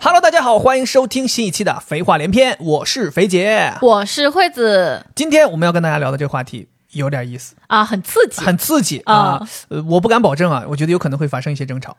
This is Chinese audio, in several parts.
Hello，大家好，欢迎收听新一期的《肥话连篇》，我是肥姐。我是惠子今天我们要跟大家聊的这个话题有点意思，啊，很刺 激，很刺激啊、呃我不敢保证啊，我觉得有可能会发生一些争吵。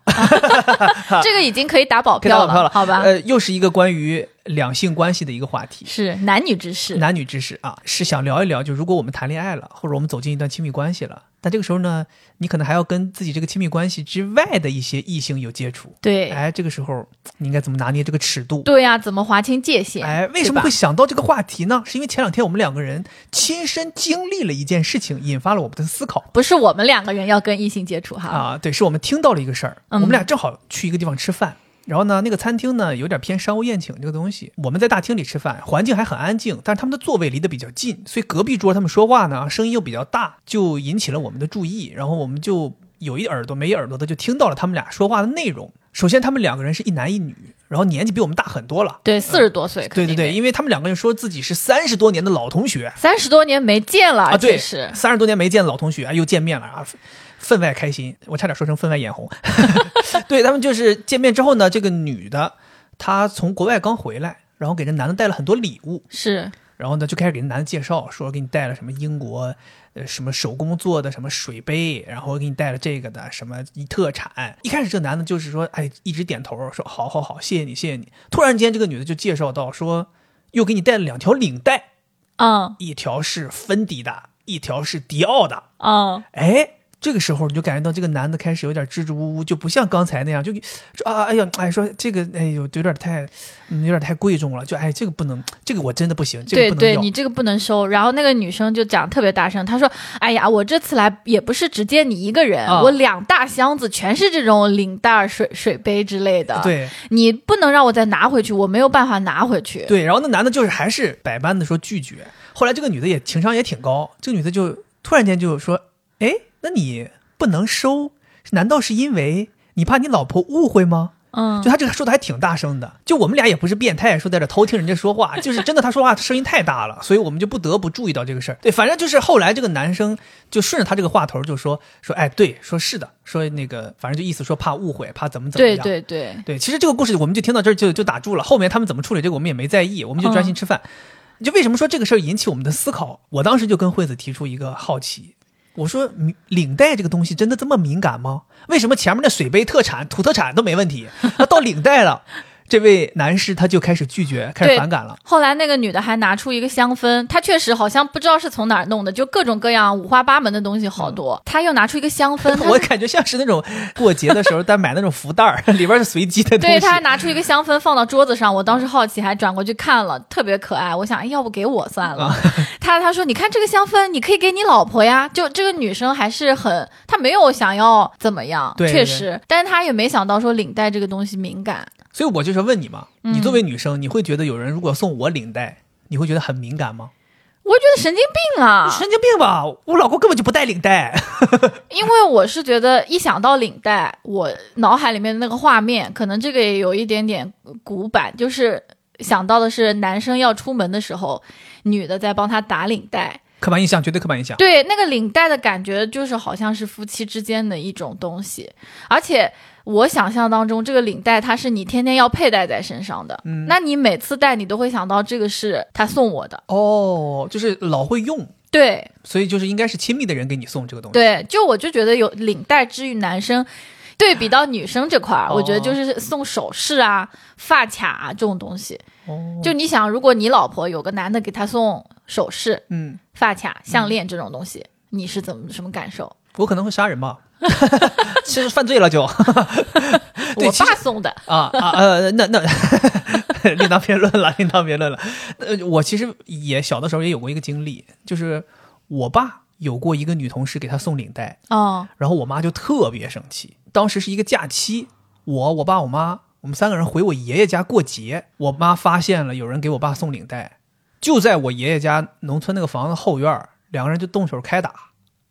这个已经可以打保可以打票保票了，好吧？呃，又是一个关于两性关系的一个话题。是男女之事，男女之事啊，是想聊一聊，就如果我们谈恋爱了，或者我们走进一段亲密关系了，但这个时候呢，你可能还要跟自己这个亲密关系之外的一些异性有接触，对哎，这个时候你应该怎么拿捏这个尺度？对呀、怎么划清界限？哎，为什么对吧会想到这个话题呢？是因为前两天我们两个人亲身经历了一件事情，引发了我们的思考不是我们两个人要跟异性接触哈？啊。对，是我们听到了一个事儿，我嗯们俩正好去一个地方吃饭。然后呢，那个餐厅呢有点偏商务宴请这个东西。我们在大厅里吃饭，环境还很安静，但是他们的座位离得比较近，所以隔壁桌他们说话呢声音又比较大，就引起了我们的注意。然后我们就有一耳朵没一耳朵的就听到了他们俩说话的内容。首先，他们两个人是一男一女，然后年纪比我们大很多了，对，四十多岁，呃对对对，，因为他们两个人说自己是三十多年的老同学三十多年没见了，啊，而对，且是三十多年没见的老同学，哎，又见面了啊，分外开心，我差点说成分外眼红。对他们就是见面之后呢，这个女的她从国外刚回来，然后给这男的带了很多礼物，是然后呢就开始给这男的介绍，说给你带了什么英国呃什么手工做的什么水杯，然后给你带了这个的什么一特产。一开始这男的就是说，哎，一直点头说好好好，谢谢你谢谢你。突然间这个女的就介绍到说，又给你带了两条领带，嗯一条是芬迪的，一条是迪奥的。嗯，哎，这个时候你就感觉到这个男的开始有点支支吾吾，就不像刚才那样，就说啊，哎呀，哎，说这个，哎呦，有点太，嗯，有点太贵重了，就哎，这个不能，这个我真的不行，这个对不能对，要。你这个不能收。然后那个女生就讲得特别大声，她说：“哎呀，我这次来也不是只见你一个人，啊我两大箱子全是这种领带儿、水水杯之类的，，对你不能让我再拿回去，我没有办法拿回去。”对，然后那男的就是还是百般的说拒绝。后来这个女的也情商也挺高，这个女的就突然间就说：“哎，那你不能收，难道是因为你怕你老婆误会吗？”嗯，就她这个说的还挺大声的，就我们俩也不是变态，说在这偷听人家说 话，就是真的她说话声音太大了，所以我们就不得不注意到这个事儿。对，反正就是后来这个男生就顺着她这个话头就说说，哎，对，说是的，说那个反正就意思说怕误会，怕怎么怎么对样。对对，对，其实这个故事我们就听到这儿就就打住了，后面他们怎么处理这个我们也没在意，我们就嗯专心吃饭。就为什么说这个事儿引起我们的思考？我当时就跟惠子提出一个好奇，我说嗯领带这个东西真的这么敏感吗？为什么前面的水杯特产、土特产都没问题，那到领带了，这位男士他就开始拒绝，开始对反感了。后来那个女的还拿出一个香氛，她确实好像不知道是从哪儿弄的，就各种各样五花八门的东西好多。她又拿出一个香 氛，她嗯我感觉像是那种过节的时候，他买那种福袋儿，里边是随机的东对西。她还拿出一个香氛放到桌子上，我当时好奇还转过去看了，特别可爱。我想，哎，要不给我算啊了。 她她说，你看这个香氛，你可以给你老婆呀。就这个女生还是很，她没有想要怎么样，对对确实，但是她也没想到说领带这个东西敏感。所以我就是问你嘛，你作为嗯女生，你会觉得有人如果送我领带，你会觉得很敏感吗？我觉得神经病啊！神经病吧！我老公根本就不带领带。 因为我是觉得一想到领带，我脑海里面的那个画面，可能这个也有一点点古板，就是想到的是男生要出门的时候，女的在帮他打领带。刻板印象，绝对刻板印象。对，那个领带的感觉就是好像是夫妻之间的一种东西，而且我想象当中，这个领带它是你天天要佩戴在身上的，嗯，那你每次戴，你都会想到这个是他送我的，哦，就是老会用，对，所以就是应该是亲密的人给你送这个东西。对，就我就觉得有领带之于男生，对比到女生这块儿，哦我觉得就是送首饰啊、发卡啊这种东西。哦，就你想，如果你老婆有个男的给她送首饰、嗯，发卡、项链这种东西，你是怎么什么感受？我可能会杀人吧，其实犯罪了就对我其实爸送的，啊啊呃，那 那另当别论了，另当别论了。呃，我其实也小的时候也有过一个经历，就是我爸有过一个女同事给他送领带，哦，然后我妈就特别生气。当时是一个假期，我、我爸、我妈，我们三个人回我爷爷家过节。我妈发现了有人给我爸送领带，就在我爷爷家农村那个房子后院儿，两个人就动手开打。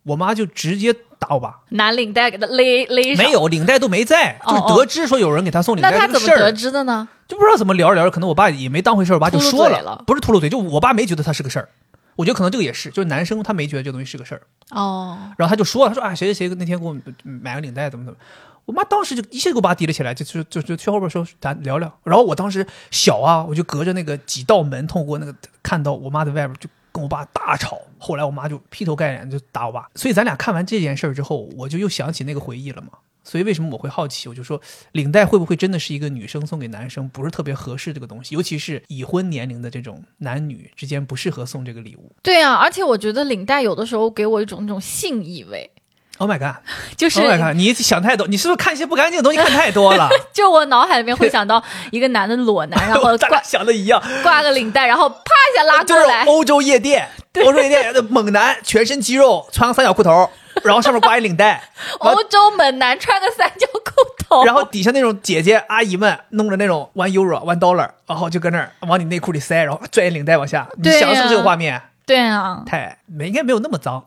我妈就直接打我爸，拿领带给他勒勒上。没有领带都没在，就哦是哦得知说有人给他送领那带他这个怎么事得儿，知的呢？就不知道怎么聊着聊着，可能我爸也没当回事儿，我爸就秃噜说嘴了不是秃噜嘴，就我爸没觉得他是个事儿。我觉得可能这个也是，就是男生他没觉得这东西是个事儿。哦，然后他就说，他说啊，谁谁谁那天给我买个领带，怎么怎么。我妈当时就一下就给我爸提了起来，就就就就去后边说咱聊聊。然后我当时小啊，我就隔着那个几道门透过那个看到我妈在外边就跟我爸大吵。后来我妈就劈头盖脸就打我爸。所以咱俩看完这件事儿之后，我就又想起那个回忆了嘛。所以为什么我会好奇？我就说领带会不会真的是一个女生送给男生不是特别合适这个东西，尤其是已婚年龄的这种男女之间不适合送这个礼物。对啊，而且我觉得领带有的时候给我一种那种性意味， Oh my god！就是 Oh my god！你想太多，你是不是看一些不干净的东西看太多了？就我脑海里面会想到一个男的 裸男， 然后咱挂俩想的一样，挂个领带，然后啪一下拉呃就过是来，欧洲夜 店，欧洲夜店的猛男，全身肌肉，穿个三角裤头，然后上面挂一领带， 完欧洲猛男穿个三角裤头，然后底下那种姐姐阿姨们弄着那种 one euro one dollar，然后就搁那儿往你内裤里塞，然后拽一领带往下，你对呀想的是不是这个画面？对啊，太没应该没有那么脏，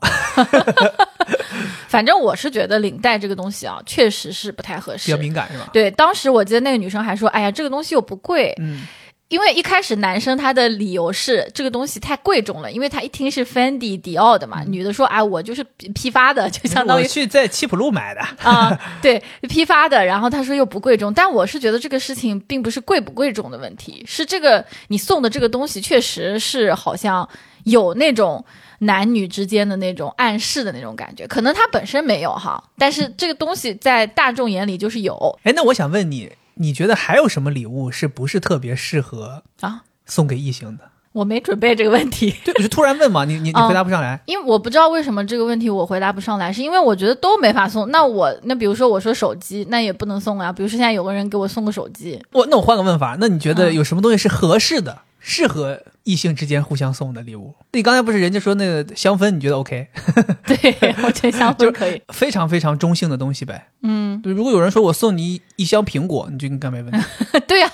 反正我是觉得领带这个东西啊，确实是不太合比较适。敏感是吧？对，当时我记得那个女生还说：“哎呀，这个东西又不贵。”嗯，因为一开始男生他的理由是这个东西太贵重了，因为他一听是 Fendi、迪奥的嘛，嗯女的说：“哎，我就是批批发的，就相当我于去在七浦路买的， 啊、对，批发的。然后他说又不贵重，但我是觉得这个事情并不是贵不贵重的问题，是这个你送的这个东西确实是好像有那种男女之间的那种暗示的那种感觉，可能他本身没有哈，但是这个东西在大众眼里就是有哎，那我想问你，你觉得还有什么礼物是不是特别适合啊。送给异性的？我没准备这个问题，对，我就突然问嘛，你你你哦回答不上来。因为我不知道为什么这个问题我回答不上来，是因为我觉得都没法送。那我那比如说我说手机，那也不能送啊。比如说现在有个人给我送个手机，我那我换个问法，那你觉得嗯有什么东西是合适的，适合异性之间互相送的礼物？你刚才不是人家说那个香氛，你觉得 OK？ 对我觉得相就互可以。 非常非常中性的东西呗。嗯，对，如果有人说我送你一一箱苹果，你就应该没问 题，对呀、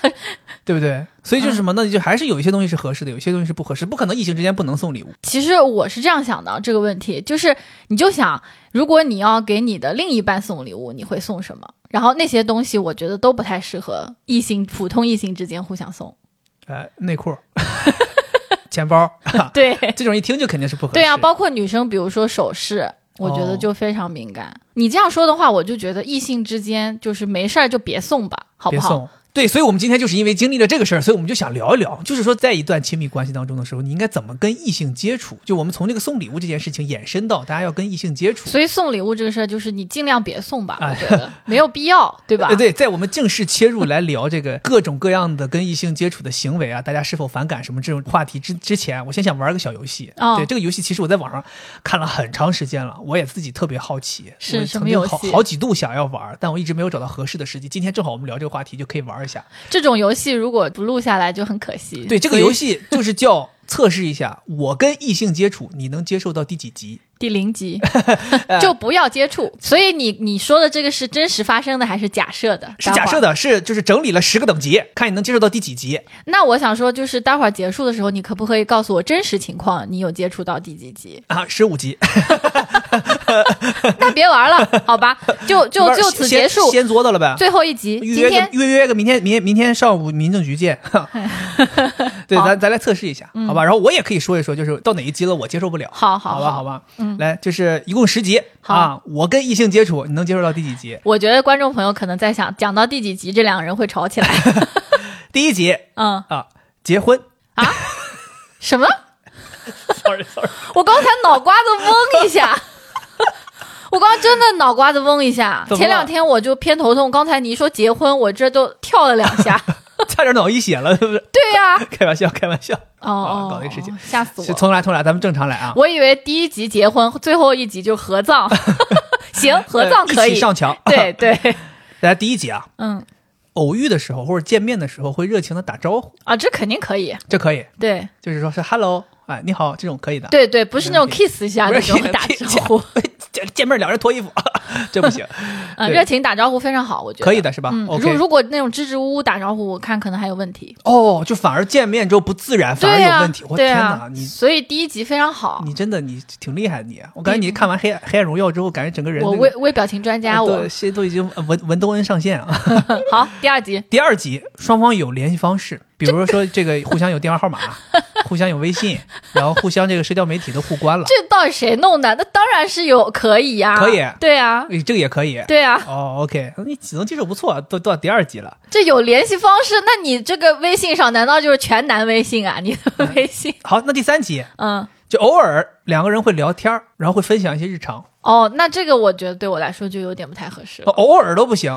对不对？所以就是嗯什么，那你就还是有一些东西是合适的，有一些东西是不合适，不可能异性之间不能送礼物。其实我是这样想的，这个问题就是，你就想，如果你要给你的另一半送礼物，你会送什么？然后那些东西，我觉得都不太适合异性、普通异性之间互相送。呃，内 裤、钱包，对，这种一听就肯定啊是不合适。对啊，包括女生，比如说首饰，我觉哦得就非常敏感。你这样说的话，我就觉得异性之间就是没事儿就别送吧，好别不好？送。对，所以我们今天就是因为经历了这个事儿，所以我们就想聊一聊，就是说在一段亲密关系当中的时候，你应该怎么跟异性接触？就我们从这个送礼物这件事情延伸到大家要跟异性接触。所以送礼物这个事儿，就是你尽量别送吧，哎我觉得没有必要，对吧呃，？对，在我们正式切入来聊这个各种各样的跟异性接触的行为啊，大家是否反感什么这种话题之之前，啊我先想玩个小游戏。哦对，这个游戏其实我在网上看了很长时间了，我也自己特别好奇，是我什曾么经游好戏好几度想要玩，但我一直没有找到合适的时机。今天正好我们聊这个话题，就可以玩一下。这种游戏如果不录下来就很可惜。对，这个所以游戏就是叫 测试一下我跟异性接触，你能接受到第呃几级？第零 集就不要接触。所以你你说的这个是真实发生的还是假设的？是假设的。的，是就是整理了十个等级，看你能接受到第几级。那我想说，就是待会儿结束的时候，你可不可以告诉我真实情况？你有接触到第几集？ 啊，十五级那别 玩了，好吧？就就不是就此先结束，先作到了呗。最后一集。预约今个天预约个明天明天明天上午民政局 见。哈对，好咱咱来测试一下，好吧？然后我也可以说一说，就是到哪一级了我接受不了。好好好嗯吧，好吧，来，就是一共十级好啊。我跟异性接触，你能接受到第几级？我觉得观众朋友可能在想，讲到第几集，这两个人会吵起来。 第一级嗯，啊，结 婚。什么？ sorry sorry，我刚才脑瓜子嗡一 下，我刚真的脑瓜子嗡一下。怎么了前两天我就偏头痛，刚才你一说结婚，我这都跳了两 下。 差点脑溢血了，是不是？对呀、开玩笑，开玩笑。哦哦，啊搞那事情哦吓死是我！重来，重来，咱们正常来啊。我以为第一集结婚，最后一集就合 葬。行，合葬可呃一起以。上墙。对对， 大家第一集啊，嗯偶遇的时候或者见面的时候会热情的打招呼，啊，这肯定可以。这可以，对就是说是 hello，哎，你好，这种可以的。对对，不是那种没 kiss 一下嗯不那是种打招呼。见 见面两人脱衣服， 这不 行，嗯，对热情打招呼非常好，我觉得可以。的是吧嗯，如？OK。如果那种支支吾吾打招呼，我看可能还有问题。哦，就反而见面之后不自然，反而对呀有问题。我对啊天呀哪，，你所以第一集非常好。你真的你挺厉害，你我感觉你看完黑《黑暗荣耀》之后，感觉整个人我那个啊呃微微表情专家，我都现在都已经文文东恩上线啊。好。第二集 第二集，双方有联系方式，比如说这个互相有电话号码，互相有微信，然后互相这个社交媒体都互关了，这到底谁弄的？那当然是有可以呀、可以对呀、哎这个也可以。对呀、哦，OK，你启动技术不错，都都到第二级了。这有联系方式。那你这个微信上难道就是全男微信啊？你的嗯微信，好，那第三级嗯，就偶尔两个人会聊天儿，然后会分享一些日常，哦哦，那这个我觉得对我来说就有点不太合适了。偶尔都不行，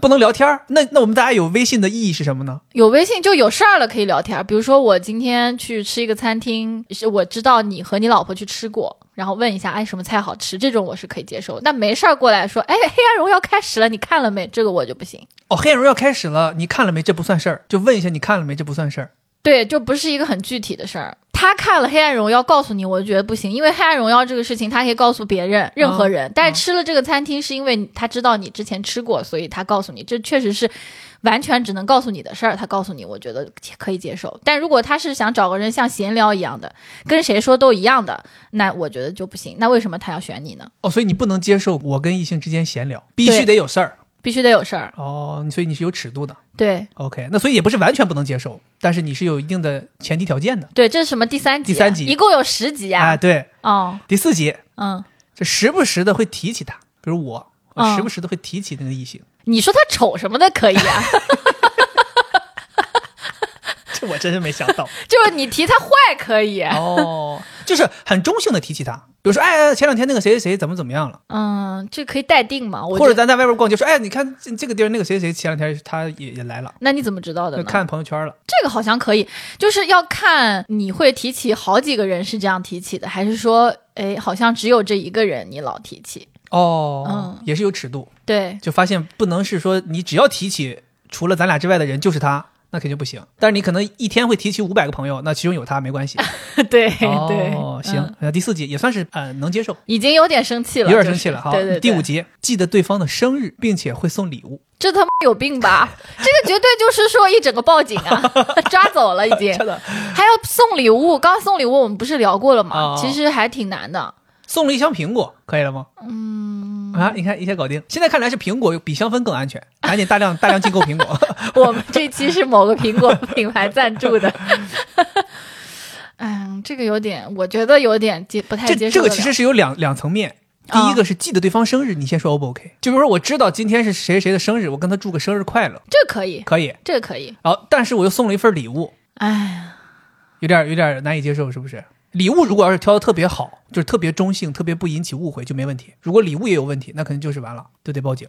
不能聊天儿。那那我们大家有微信的意义是什么呢？有微信就有事儿了可以聊天儿，比如说我今天去吃一个餐厅，是我知道你和你老婆去吃过，然后问一下，哎，什么菜好吃，这种我是可以接受。但没事儿过来说，哎，黑暗荣耀开始了，你看了没？这个我就不行。哦，黑暗荣耀开始了，你看了没？这不算事儿，就问一下你看了没？这不算事儿。对，就不是一个很具体的事儿。他看了《黑暗荣耀》，告诉你，我就觉得不行，因为《黑暗荣耀》这个事情，他可以告诉别人、任嗯何人。但是吃了这个餐厅，是因为他知道你之前吃过，所以他告诉你，这确实是完全只能告诉你的事儿。他告诉你，我觉得可以接受。但如果他是想找个人像闲聊一样的，跟谁说都一样的，那我觉得就不行。那为什么他要选你呢？哦，所以你不能接受我跟异性之间闲聊，必须对得有事儿。必须得有事儿。哦，所以你是有尺度的。对 OK，那所以也不是完全不能接受，但是你是有一定的前提条件的。对，这是什么第三集啊？第三集一共有十集啊，啊。对，哦，第四集，嗯，这时不时的会提起他，比如我，我嗯时不时的会提起那个异性， 你说他丑什么的可以啊。这我真是没想 到。就是你提他坏可以，哦，就是很中性的提起他，比如说，哎，前两天那个谁谁谁怎么怎么样了，嗯，这可以待定嘛？我或者觉得，咱在外边逛街说，哎，你看这这个地儿那个谁谁前两天他也也来了，那你怎么知道的就呢？看朋友圈了。这个好像可以，就是要看你会提起好几个人是这样提起的，还是说，哎，好像只有这一个人你老提起？哦，也是有尺度，对，就发现不能是说你只要提起除了咱俩之外的人就是他。那肯定不行，但是你可能一天会提起五百个朋友，那其中有他没关系。 对，哦，对行嗯，那第四集也算是呃能接受，已经有点生气有了，点生气了就哈。是对对对，第五集记得对方的生日，并且会送礼物，这他妈有病 吧？这个绝对就是说一整个报警啊， 抓走了已经， 真的还要送礼物。刚刚送礼物我们不是聊过了吗？哦其实还挺难的。送了一箱苹果，可以了吗？嗯啊，你看一下搞定。现在看来是苹果比香氛更安 全，赶紧大量大量进购苹果。我们这期是某个苹果品牌赞助 的。嗯，这个有点，我觉得有点接不 太接这受这得了。个其实是有两两层面。第啊一个是记得对方生日，你先说 O 不 OK？就比如说我知道今天是谁谁的生日，我跟他祝个生日快乐，这个可以，可以。这个可以。然后，但是我又送了一份礼物，哎呀，有点有点难以接受，是不是？礼物如果要是挑的特别好，就是特别中性，特别不引起误会就没问题。如果礼物也有问题，那肯定就是完了，就得报警，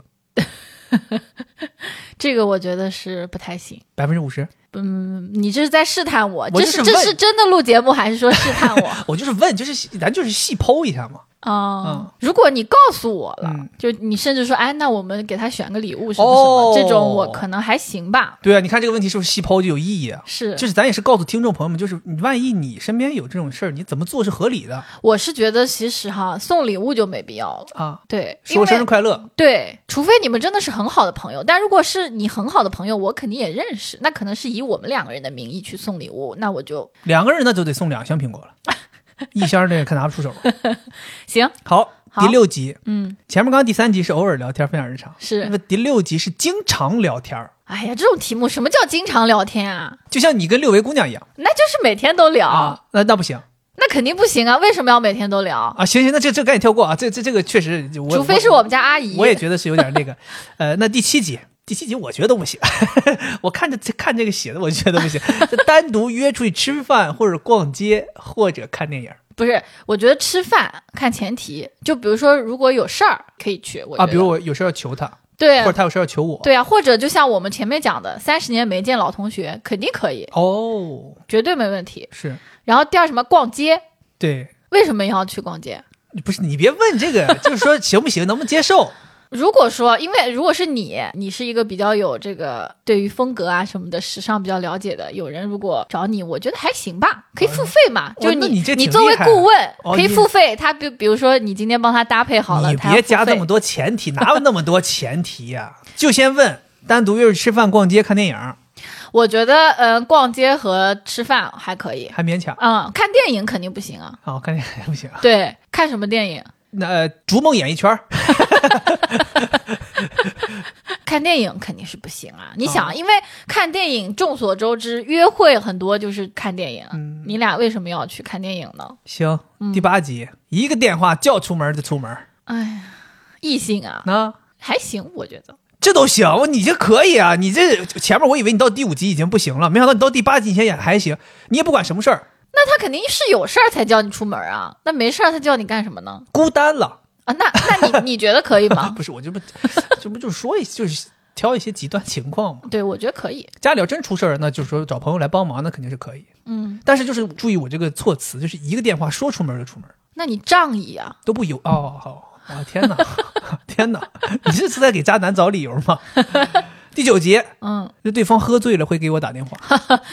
这个我觉得是不太行。百分之五十。嗯，你这是在试探我，我这就是这问是真的录节目还是说试探 我？我就是问，就是细咱就是细剖一下嘛。哦，如果你告诉我了，嗯就你甚至说，哎，那我们给他选个礼物什么什哦么，这种我可能还行吧。对啊，你看这个问题是不是细剖就有意义啊？是，就是咱也是告诉听众朋友们，就是你万一你身边有这种事儿，你怎么做是合理的我是觉得其实哈，送礼物就没必要了。啊？对，因说为。生日快乐，对，除非你们真的是很好的朋友，但如果是你很好的朋友，我肯定也认识，那可能是以我们两个人的名义去送礼物，那我就两个人那就得送两箱苹果了， 一箱这可拿不出手。行，好，好第六集，嗯，前面刚刚第三集是偶尔聊天分享日常，那是么，第六集是经常聊天儿，哎呀，这种题目什么叫经常聊天啊？就像你跟六维姑娘一样那就是每天都聊，啊，那那不行那肯定不行啊！为什么要每天都聊？啊，行行，那这这赶紧跳过啊，这这这个确实，我除非是我们家阿姨，我也觉得是有点 那个，呃，那第七集，第七集我觉得不行， 我看着看这个写的，我觉得不 行。就单独约出去吃饭，或者逛街，或者看电影不是，我觉得吃饭看前提，就比如说如果有事儿可以去，我觉啊，得比如我有事要求他，对或者他有事要求我。对啊，或者就像我们前面讲的，三十年没见老同学，肯定可以，哦，绝对没问题。是然后第二什么逛街，对，为什么要去逛街？不是你别问这个， 就是说行不行，能不能接受？如果说，因为如果是你，你是一个比较有这个对于风格啊什么的时尚比较了解的，有人如果找你，我觉得还行吧，可以付费嘛。哦就是那你这挺你作为厉害的顾问、哦可你以付费，他比比如说你今天帮他搭配好了，你他要别付加费那么多前提，哪有那么多前提呀、就先问单独约着吃饭、逛街、看电影，我觉得，嗯、逛街和吃饭还可以，还勉强。嗯，看电影肯定不行啊。好、看电 影不行。对，看什么电影？那、呃、逐梦演艺圈儿 看电影肯定是不行啊！你啊想，因为看电影，众所周知，约会很多就是看电影。嗯你俩为什么要去看电影呢？行，第八集，一个电话叫出门就出门，哎呀，异性啊，那还行，我觉得。这都行，你这可以啊！你这前面我以为你到第五集已经不行了，没想到你到第八集以前也还行，你也不管什么事儿，那他肯定是有事儿才叫你出门啊，那没事儿他叫你干什么呢？孤单了。啊，那那你 你觉得可以啊，吗？不是，我这不 这不就是说一就是挑一些极端情况嘛。对，我觉得可以。家里要真出事儿，那就是说找朋友来帮忙，那肯定是可以。嗯，但是就是注意我这个措辞，就是一个电话说出门就出门，那你仗义啊？都不由哦，好啊，天哪， 天哪，你这是在给渣男找理由吗？ 第九节，嗯，就对方喝醉了会给我打电话，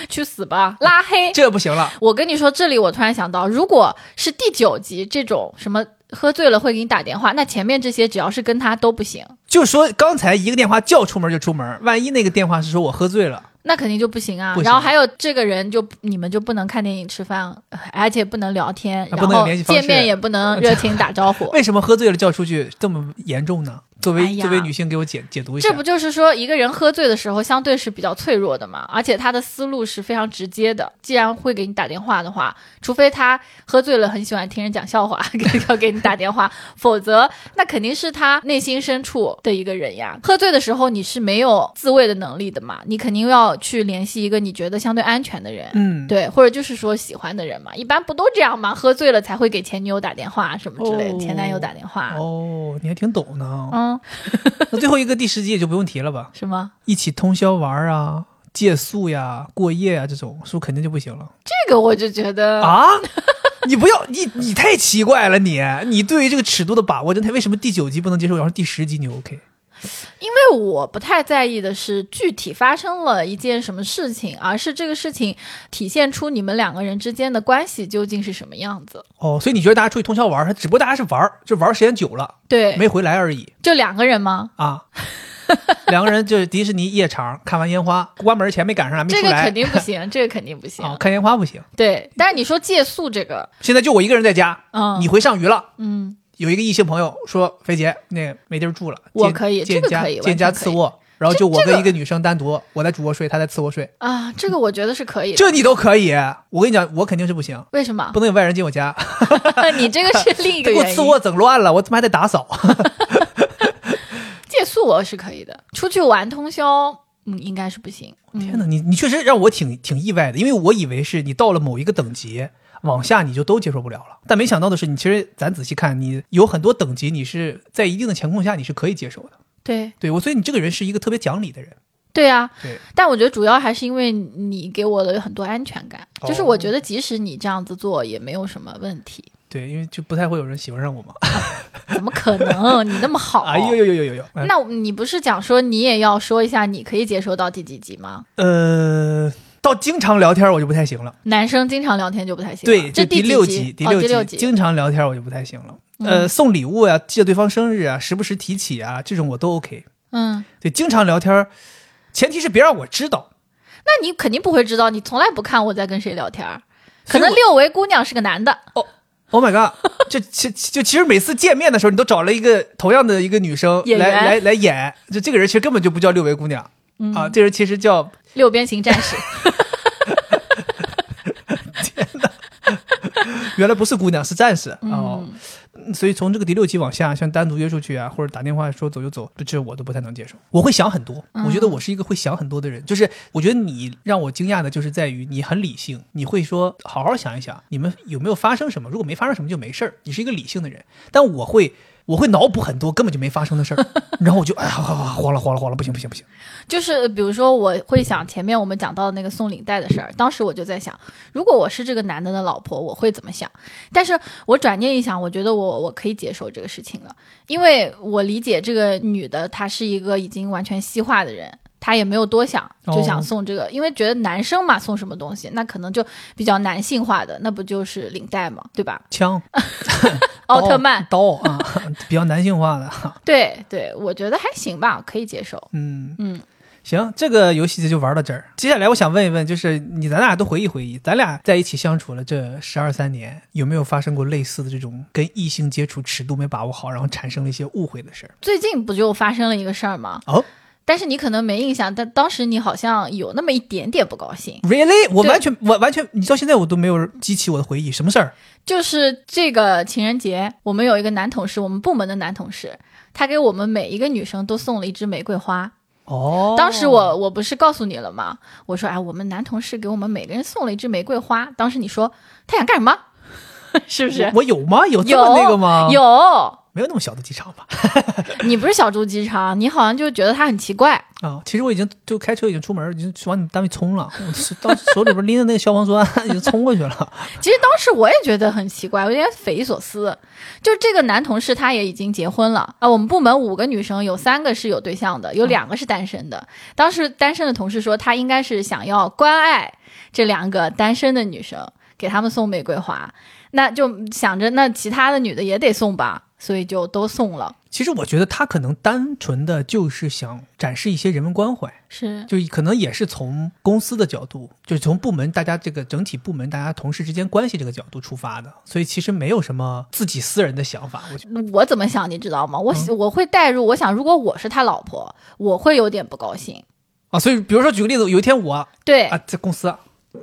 去死吧，拉黑。这不行了。我跟你说，这里我突然想到，如果是第九集这种什么喝醉了会给你打电话，那前面这些只要是跟他都不行，就说刚才一个电话叫出门就出门，万一那个电话是说我喝醉了，那肯定就不行啊。不行然后还有这个人就你们就不能看电影、吃饭，而且不能聊天，啊然不能有后联系方式见面也不能热情打招呼。为什么喝醉了叫出去这么严重呢？作为、哎呀作为女性给我解解读一下这，不就是说一个人喝醉的时候相对是比较脆弱的嘛？而且他的思路是非常直接的。既然会给你打电话的话，除非他喝醉了很喜欢听人讲笑话， 给要给你打电话，否则那肯定是他内心深处的一个人呀。喝醉的时候你是没有自卫的能力的嘛，你肯定要去联系一个你觉得相对安全的人。嗯，对，或者就是说喜欢的人嘛，一般不都这样吗？喝醉了才会给前女友打电话什么之类的，哦前男友打电话，哦，你还挺懂呢。啊嗯， 那最后一个第十集也就不用提了吧，是吗？一起通宵玩啊、借宿呀、过夜啊这种，是不是肯定就不行了这个我就觉得啊？ 你不要你你太奇怪了你，你对于这个尺度的把握真太……为什么第九集不能接受，然后第十集你 OK？因为我不太在意的是具体发生了一件什么事情，而是这个事情体现出你们两个人之间的关系究竟是什么样子。哦，所以你觉得大家出去通宵玩儿，只不过大家是玩儿，就玩儿时间久了对，没回来而已就两个人吗？ 啊。两个人就是迪士尼夜场，看完烟花，关门前没赶上，还没这出个来肯。定 不行，这个肯定不行。啊、看烟花不行。对，但是你说借宿这个，现在就我一个人在家，嗯，你回上虞了。嗯，有一个异性朋友说：“肥姐，那个没地儿住了，我见可以见这个家可以见家完全次可以卧。”然后就我这跟个一个女生单独，我在主卧睡，她在次卧睡，啊，这个我觉得是可以的。这你都可以。我跟你讲，我肯定是不行，为什么？不能有外人进我家， 你这个是啊另一个给我原次因。卧整乱了，我他妈还得打扫。借宿我是可以的，出去玩通宵，嗯，应该是不行。天哪，你你确实让我挺挺意外的，因为我以为是你到了某一个等级。往下你就都接受不了了，但没想到的是，你其实咱仔细看，你有很多等级，你是在一定的情况下你是可以接受的。对对我，所以你这个人是一个特别讲理的人。对啊，对，但我觉得主要还是因为你给我了很多安全感，哦就是我觉得即使你这样子做也没有什么问题，对，因为就不太会有人喜欢上我嘛。怎么可能你那么好？ 哎呦呦呦呦呦呦！哎那你不是讲说你也要说一下你可以接受到第几集吗？呃，到经常聊天我就不太行了。男生经常聊天就不太行了，对，这就第几六集，第哦六第六集，嗯经常聊天我就不太行了。呃，送礼物呀、记得对方生日啊，时不时提起啊，这种我都 OK。嗯，对，经常聊天，前提是别让我知道。那你肯定不会知道，你从来不看我在跟谁聊天儿，可能所以六维姑娘是个男的，我 Oh my god！就其就其实每次见面的时候，你都找了一个同样的一个女生来演员嗯来来演，就这个人其实根本就不叫六维姑娘、啊，这人其实叫六边形战士，原来不是姑娘，是战士、哦嗯。。所以从这个第六集往下，像单独约出去啊，或者打电话说走就走，这这我都不太能接受。我会想很多，我觉得我是一个会想很多的人。就是我觉得你让我惊讶的，就是在于你很理性，你会说好好想一想，你们有没有发生什么？如果没发生什么就没事儿，你是一个理性的人。但我会。我会脑补很多根本就没发生的事儿， 然后我就哎呀，好好好，慌了慌了慌了，不行不行不行！就是比如说，我会想前面我们讲到的那个送领带的事儿，当时我就在想，如果我是这个男的的老婆，我会怎么想？但是我转念一想，我觉得我我可以接受这个事情了，因为我理解这个女的她是一个已经完全西化的人。她也没有多想，就想送这个，因为觉得男生嘛，送什么东西，那可能就比较男性化的，那不就是领带嘛，对吧？枪、奥特曼，刀啊， 比较男性化的。啊对对，我觉得还行吧，可以接受。嗯嗯，行，这个游戏就玩到这儿。接下来我想问一问，就是你咱俩都回忆回忆，咱俩在一起相处了这十二三年，有没有发生过类似的这种跟异性接触尺度没把握好，然后产生了一些误会的事儿？最近不就发生了一个事儿吗？哦，但是你可能没印象，但当时你好像有那么一点点不高兴。 Really，我对完全我完全，你到现在我都没有激起我的回忆，什么事儿？就是这个情人节，我们有一个男同事，我们部门的男同事，他给我们每一个女生都送了一支玫瑰花。哦，当时我我不是告诉你了吗？我说哎，我们男同事给我们每个人送了一支玫瑰花。当时你说他想干什么？ 是不是我？我有吗？有这么那个吗？，有，没有那么小的机场吧？你不是小猪机场，你好像就觉得他很奇怪。啊，其实我已经就开车已经出门，已经往你们单位冲了，我是当时手里边拎着那个消防栓 已经冲过去了。其实当时我也觉得很奇怪，我有点匪夷所思。就这个男同事他也已经结婚了啊，我们部门五个女生有三个是有对象的，有两个是单身的。当时单身的同事说，他应该是想要关爱这两个单身的女生，给他们送玫瑰花。那就想着那其他的女的也得送吧，所以就都送了。其实我觉得他可能单纯的就是想展示一些人文关怀，是就可能也是从公司的角度，就是从部门大家这个整体部门大家同事之间关系这个角度出发的，所以其实没有什么自己私人的想法。我觉得我怎么想，你知道吗？我、我会带入，我想如果我是他老婆，我会有点不高兴。啊，所以比如说举个例子，有一天我啊对，在公司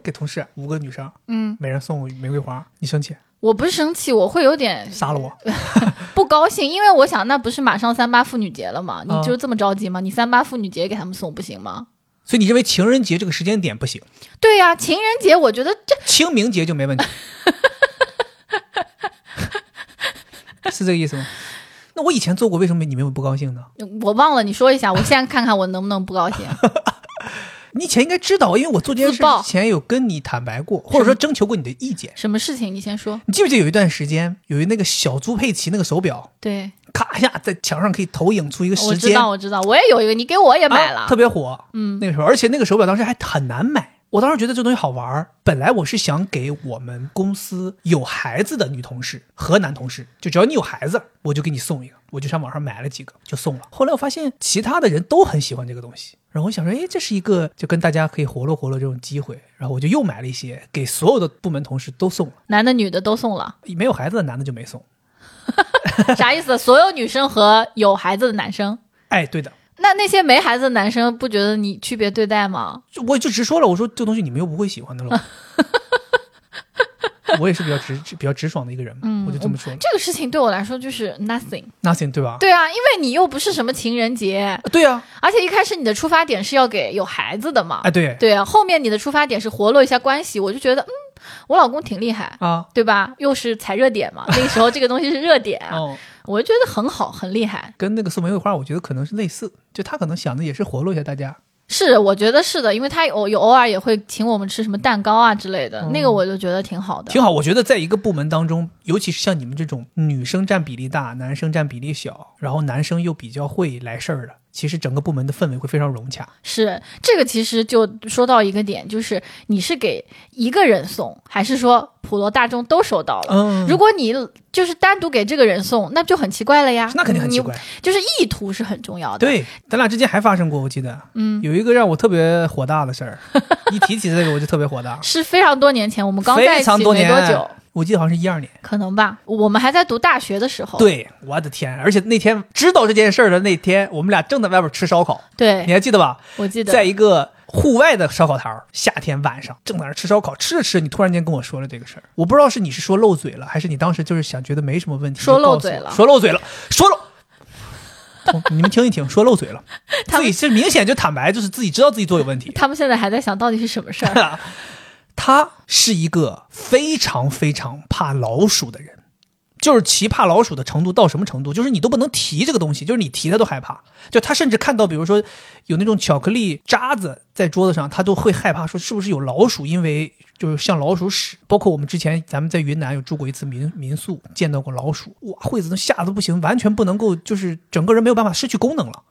给同事五个女生，嗯，每人送玫瑰花，你生气我不是生气，我会有点杀了我？不高兴，因为我想，那不是马上三八妇女节了吗？嗯你就这么着急吗？你三八妇女节给他们送不行吗？所以你认为情人节这个时间点不行，对呀、情人节我觉得这清明节就没问题， 是这个意思吗？那我以前做过，为什么你们不高兴呢？ 我忘了，你说一下，我现在看看我能不能不高 兴。你以前应该知道，因为我做这件事自爆之前有跟你坦白过，或者说征求过你的意见。什么事情？你先说。你记不记得有一段时间，有一那个小猪佩奇那个手表，对，咔一下在墙上可以投影出一个我时知间，道，我知道，我也有一个，你给我也买了。啊特别火。嗯，那个时候，而且那个手表当时还很难买。我当时觉得这东西好玩儿，本来我是想给我们公司有孩子的女同事和男同事，就只要你有孩子，我就给你送一个。我就上网上买了几个，就送了。后来我发现其他的人都很喜欢这个东西，然后我想说，哎，这是一个就跟大家可以活络活络这种机会。然后我就又买了一些，给所有的部门同事都送了。男的女的都送了，没有孩子的男的就没送。啥意思？所有女生和有孩子的男生，哎，对的，那那些没孩子的男生不觉得你区别对待吗？就我就直说了，我说这东西你们又不会喜欢的了。 我也是比较直直比较直爽的一个人嘛，嗯我就这么说了。这个事情对我来说就是 nothing。 Nothing，对吧？对啊，因为你又不是什么情人节，对啊，而且一开始你的出发点是要给有孩子的嘛，哎对对啊，后面你的出发点是活络一下关系，我就觉得，嗯，我老公挺厉害，啊，对吧？又是踩热点嘛，那个时候这个东西是热点啊，哦，我就觉得很好，很厉害。跟那个送玫瑰花，我觉得可能是类似，就他可能想的也是活络一下大家。是，我觉得是的，因为他有有偶尔也会请我们吃什么蛋糕啊之类的，嗯那个我就觉得挺好的。挺好，我觉得在一个部门当中，尤其是像你们这种女生占比例大，男生占比例小，然后男生又比较会来事儿的，其实整个部门的氛围会非常融洽。是这个，其实就说到一个点，就是你是给一个人送，还是说普罗大众都收到了？嗯，如果你就是单独给这个人送，那就很奇怪了呀。那肯定很奇你怪。就是意图是很重要的。，对，咱俩之间还发生过，我记得，嗯，有一个让我特别火大的事 儿，一提起这个我就特别火大。是非常多年前，我们刚在非一起常没年，久，我记得好像是一二年。可能吧，我们还在读大学的时候。对，我的天！而且那天知道这件事儿的那天，我们俩正在外边吃烧烤，对，你还记得吧？我记在得。一个户外的烧烤摊儿，夏天晚上正在那儿吃烧烤，吃着吃着，你突然间跟我说了这个事儿，我不知道是你是说漏嘴了，还是你当时就是想觉得没什么问题，说就告诉漏嘴我了说漏嘴了，说 漏。同你们听一听，说漏嘴了，他自们己是明显就坦白，就是自己知道自己做有问题。他们现在还在想到底是什么事儿， 他是一个非常非常怕老鼠的人，就是其怕老鼠的程度到什么程度？就是你都不能提这个东西，就是你提他都害怕。就他甚至看到，比如说有那种巧克力渣子在桌子上，他都会害怕，说是不是有老鼠？因为就是像老鼠屎。包括我们之前咱们在云南有住过一次民民宿，见到过老鼠，哇，惠子都吓得不行，完全不能够，就是整个人没有办法失去功能了。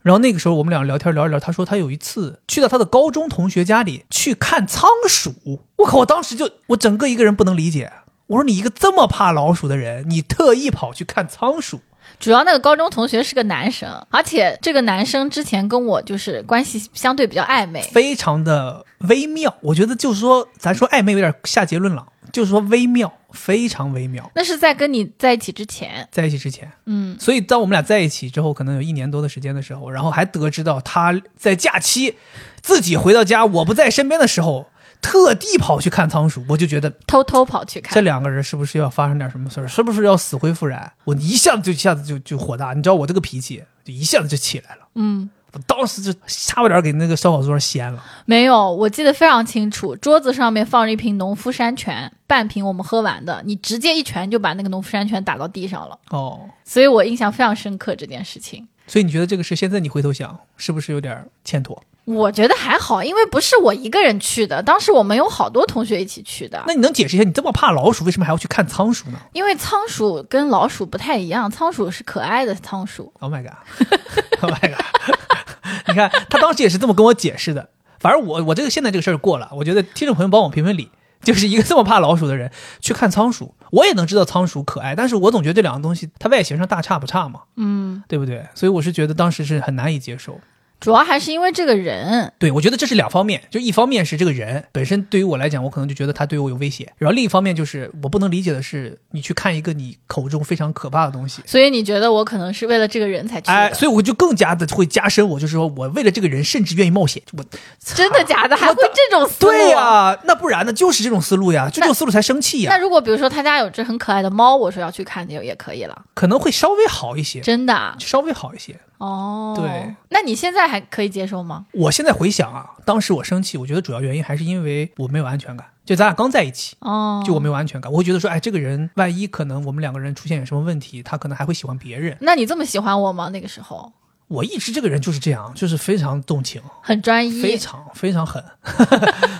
然后那个时候我们俩聊天聊一聊，他说他有一次去到他的高中同学家里去看仓鼠，我靠！我当时就我整个一个人不能理解，我说你一个这么怕老鼠的人，你特意跑去看仓鼠，主要那个高中同学是个男生，而且这个男生之前跟我就是关系相对比较暧昧，非常的微妙。我觉得就是说，咱说暧昧有点下结论了，就是说微妙，非常微妙。那是在跟你在一起之前，在一起之前，嗯，所以当我们俩在一起之后，可能有一年多的时间的时候，然后还得知到他在假期自己回到家，我不在身边的时候，特地跑去看仓鼠，我就觉得偷偷跑去这看，两个人是不是要发生点什么事儿，是不是要死灰复燃？我一下子就一下子就就火大，你知道我这个脾气就一下子就起来了，嗯，我当时就差不点给那个烧烤桌上掀了。没有，我记得非常清楚，桌子上面放着一瓶农夫山泉，半瓶我们喝完的，你直接一拳就把那个农夫山泉打到地上了，哦，所以我印象非常深刻这件事情。所以你觉得这个事现在你回头想，是不是有点欠妥？我觉得还好，因为不是我一个人去的，当时我们有好多同学一起去的。那你能解释一下，你这么怕老鼠，为什么还要去看仓鼠呢因为仓鼠跟老鼠不太一样，仓鼠是可爱的仓鼠， ？Oh my god！Oh my god！你看，他当时也是这么跟我解释的。反正我我这个现在这个事儿过了，我觉得听众朋友帮我评评理，就是一个这么怕老鼠的人去看仓鼠，我也能知道仓鼠可爱，但是我总觉得这两个东西它外形上大差不差嘛，嗯，对不对？所以我是觉得当时是很难以接受。主要还是因为这个人，对，我觉得这是两方面，就一方面是这个人本身对于我来讲，我可能就觉得他对我有威胁，然后另一方面就是我不能理解的是，你去看一个你口中非常可怕的东西，所以你觉得我可能是啊为了这个人才去的？哎，所以我就更加的会加深我，就是说我为了这个人甚至愿意冒险，我真的假的？还会这种思路？对呀、那不然呢？就是这种思路呀，啊就这种思路才生气啊那呀，如果比如说他家有只很可爱的猫，我说要去看也也可以了，可能会稍微好一些，真的啊稍微好一些。哦。对，那你现在还可以接受吗？我现在回想啊，当时我生气，我觉得主要原因还是因为我没有安全感，就咱俩刚在一起，哦，就我没有安全感，我会觉得说，哎，这个人万一可能我们两个人出现有什么问题，他可能还会喜欢别人。那你这么喜欢我吗？那个时候我一直这个人就是这样，就是非常动情，很专非一，常非常狠，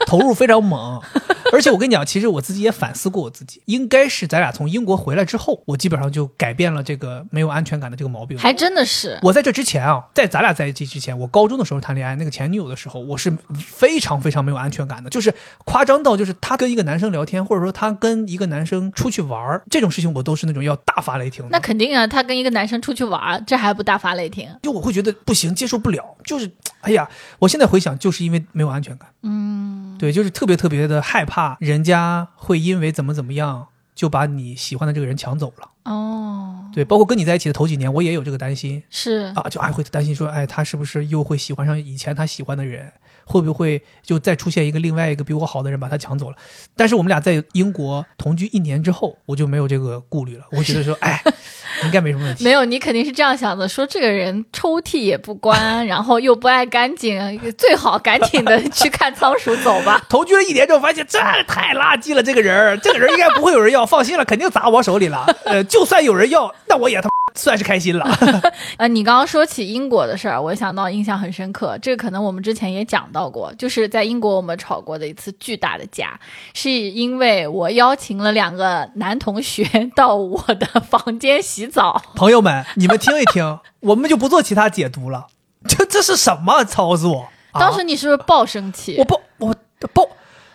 投入非常猛。而且我跟你讲，其实我自己也反思过我自己，应该是咱俩从英国回来之后，我基本上就改变了这个没有安全感的这个毛病。还真的是，我在这之前啊，在咱俩在一起之前，我高中的时候谈恋爱，那个前女友的时候，我是非常非常没有安全感的，就是夸张到就是她跟一个男生聊天，或者说她跟一个男生出去玩儿这种事情，我都是那种要大发雷霆的。那肯定啊。他跟一个男生出去玩儿，这还不大发雷霆？就我会觉得不行，接受不了，就是哎呀，我现在回想，就是因为没有安全感，嗯，对，就是特别特别的害怕人家会因为怎么怎么样就把你喜欢的这个人抢走了，哦，对，包括跟你在一起的头几年，我也有这个担心是，啊，就还会担心说，哎，他是不是又会喜欢上以前他喜欢的人，会不会就再出现一个另外一个比我好的人把他抢走了？但是我们俩在英国同居一年之后，我就没有这个顾虑了，我觉得说，哎，应该没什么问题，没有，你肯定是这样想的，说这个人抽屉也不关，然后又不爱干净， 最好赶紧的去看仓鼠走吧。投居了一年之后，发现这太垃圾了，这个人儿，这个人应该不会有人要，放心了，肯定砸我手里 了。呃，就算有人要，那我也他妈算是开心了。 呃，你刚刚说起英国的事儿，我想到印象很深刻，这个可能我们之前也讲到过，就是在英国我们吵过的一次巨大的架，是因为我邀请了两个男同学到我的房间洗澡，朋友们，你们听一听，我们就不做其他解读了。 这这是什么操作？啊、当时你是不是爆生气？我爆我爆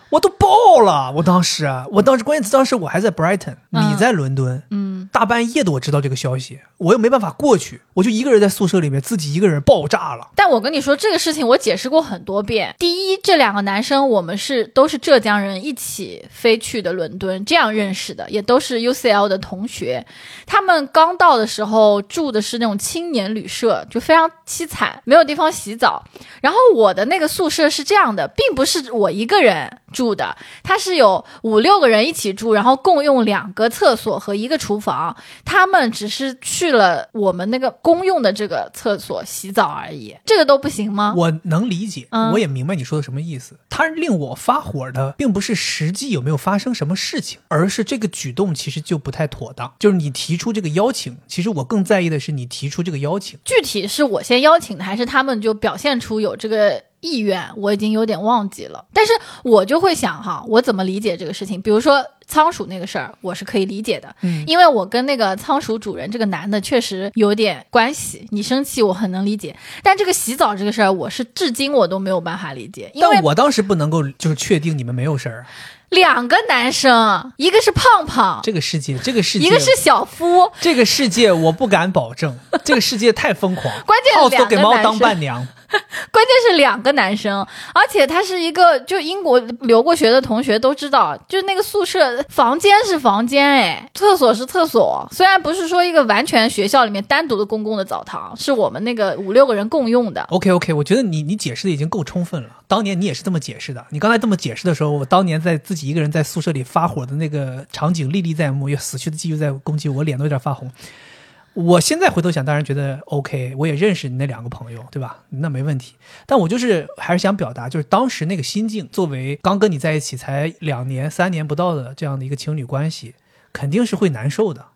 我都爆了，我当时啊我当时关键是当时我还在 Brighton，、嗯你在伦敦，嗯，大半夜的我知道这个消息，我又没办法过去，我就一个人在宿舍里面自己一个人爆炸了。但我跟你说，这个事情我解释过很多遍。第一，这两个男生我们是都是浙江人，一起飞去的伦敦，这样认识的，也都是 UCL 的同学。他们刚到的时候住的是那种青年旅社，就非常凄惨，没有地方洗澡。然后我的那个宿舍是这样的，并不是我一个人住的，它是有五六个人一起住，然后共用两个厕所和一个厨房。他们只是去了我们那个公用的这个厕所洗澡而已，这个都不行吗？我能理解，嗯我也明白你说的什么意思。它令我发火的，并不是实际有没有发生什么事情，而是这个举动其实就不太妥当。就是你提出这个邀请，其实我更在意的是你提出这个邀请。具体是我先邀请的，还是他们就表现出有这个意愿？我已经有点忘记了。但是我就会想哈，我怎么理解这个事情？比如说仓鼠那个事儿，我是可以理解的，嗯因为我跟那个仓鼠主人这个男的确实有点关系。你生气我很能理解，但这个洗澡这个事儿，我是至今我都没有办法理解，因为但我当时不能够就是确定你们没有事儿啊。两个男生，一个是胖胖，这个世界，这个世界，一个是小夫。这个世界，我不敢保证，这个世界太疯狂， 关键耗子都给两个猫男当生伴娘，关键是两个男生，而且他是一个就英国留过学的同学都知道，就是那个宿舍房间是房间，哎，厕所是厕所，虽然不是说一个完全学校里面单独的公共的澡堂，是我们那个五六个人共用的。 OK OK，我觉得你你解释的已经够充分了。当年你也是这么解释的。你刚才这么解释的时候，我当年在自己一个人在宿舍里发火的那个场景历历在目，有死去的记忆在攻击我，脸都有点发红。我现在回头想，当然觉得 OK，我也认识你那两个朋友，对吧？那没问题。但我就是还是想表达，就是当时那个心境，作为刚跟你在一起才两年、三年不到的这样的一个情侣关系，肯定是会难受的。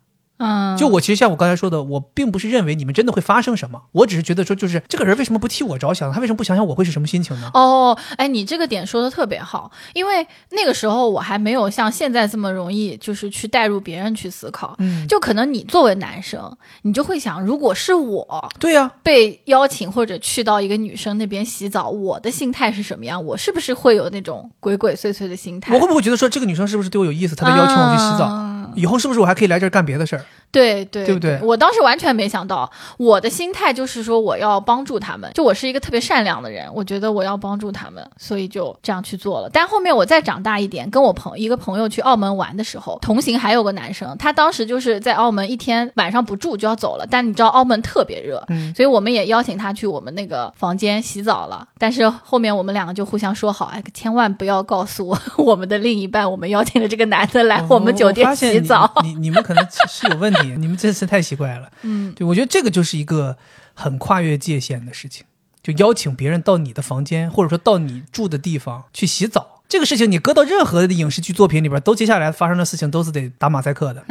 嗯，就我其实像我刚才说的，我并不是认为你们真的会发生什么，我只是觉得说，就是这个人为什么不替我着想，他为什么不想想我会是什么心情呢？哦，哎，你这个点说的特别好，因为那个时候我还没有像现在这么容易，就是去带入别人去思考。嗯，就可能你作为男生，你就会想，如果是我对呀、被邀请或者去到一个女生那边洗澡，我的心态是什么样？我是不是会有那种鬼鬼祟祟的心态？我会不会觉得说这个女生是不是对我有意思，她在邀请我去洗澡，哎啊以后是不是我还可以来这儿干别的事儿？对对对不对我当时完全没想到，我的心态就是说我要帮助他们，就我是一个特别善良的人，我觉得我要帮助他们，所以就这样去做了。但后面我再长大一点，跟我朋一个朋友去澳门玩的时候，同行还有个男生，他当时就是在澳门一天晚上不住就要走了，但你知道澳门特别热，嗯，所以我们也邀请他去我们那个房间洗澡了。但是后面我们两个就互相说好，哎，千万不要告诉我 我们的另一半，我们邀请了这个男的来哦我们酒我店发现洗你澡。你你们可能是有问题，你们真是太奇怪了。嗯，对，我觉得这个就是一个很跨越界限的事情，就邀请别人到你的房间，或者说到你住的地方去洗澡，这个事情你搁到任何的影视剧作品里边，都接下来发生的事情都是得打马赛 克的。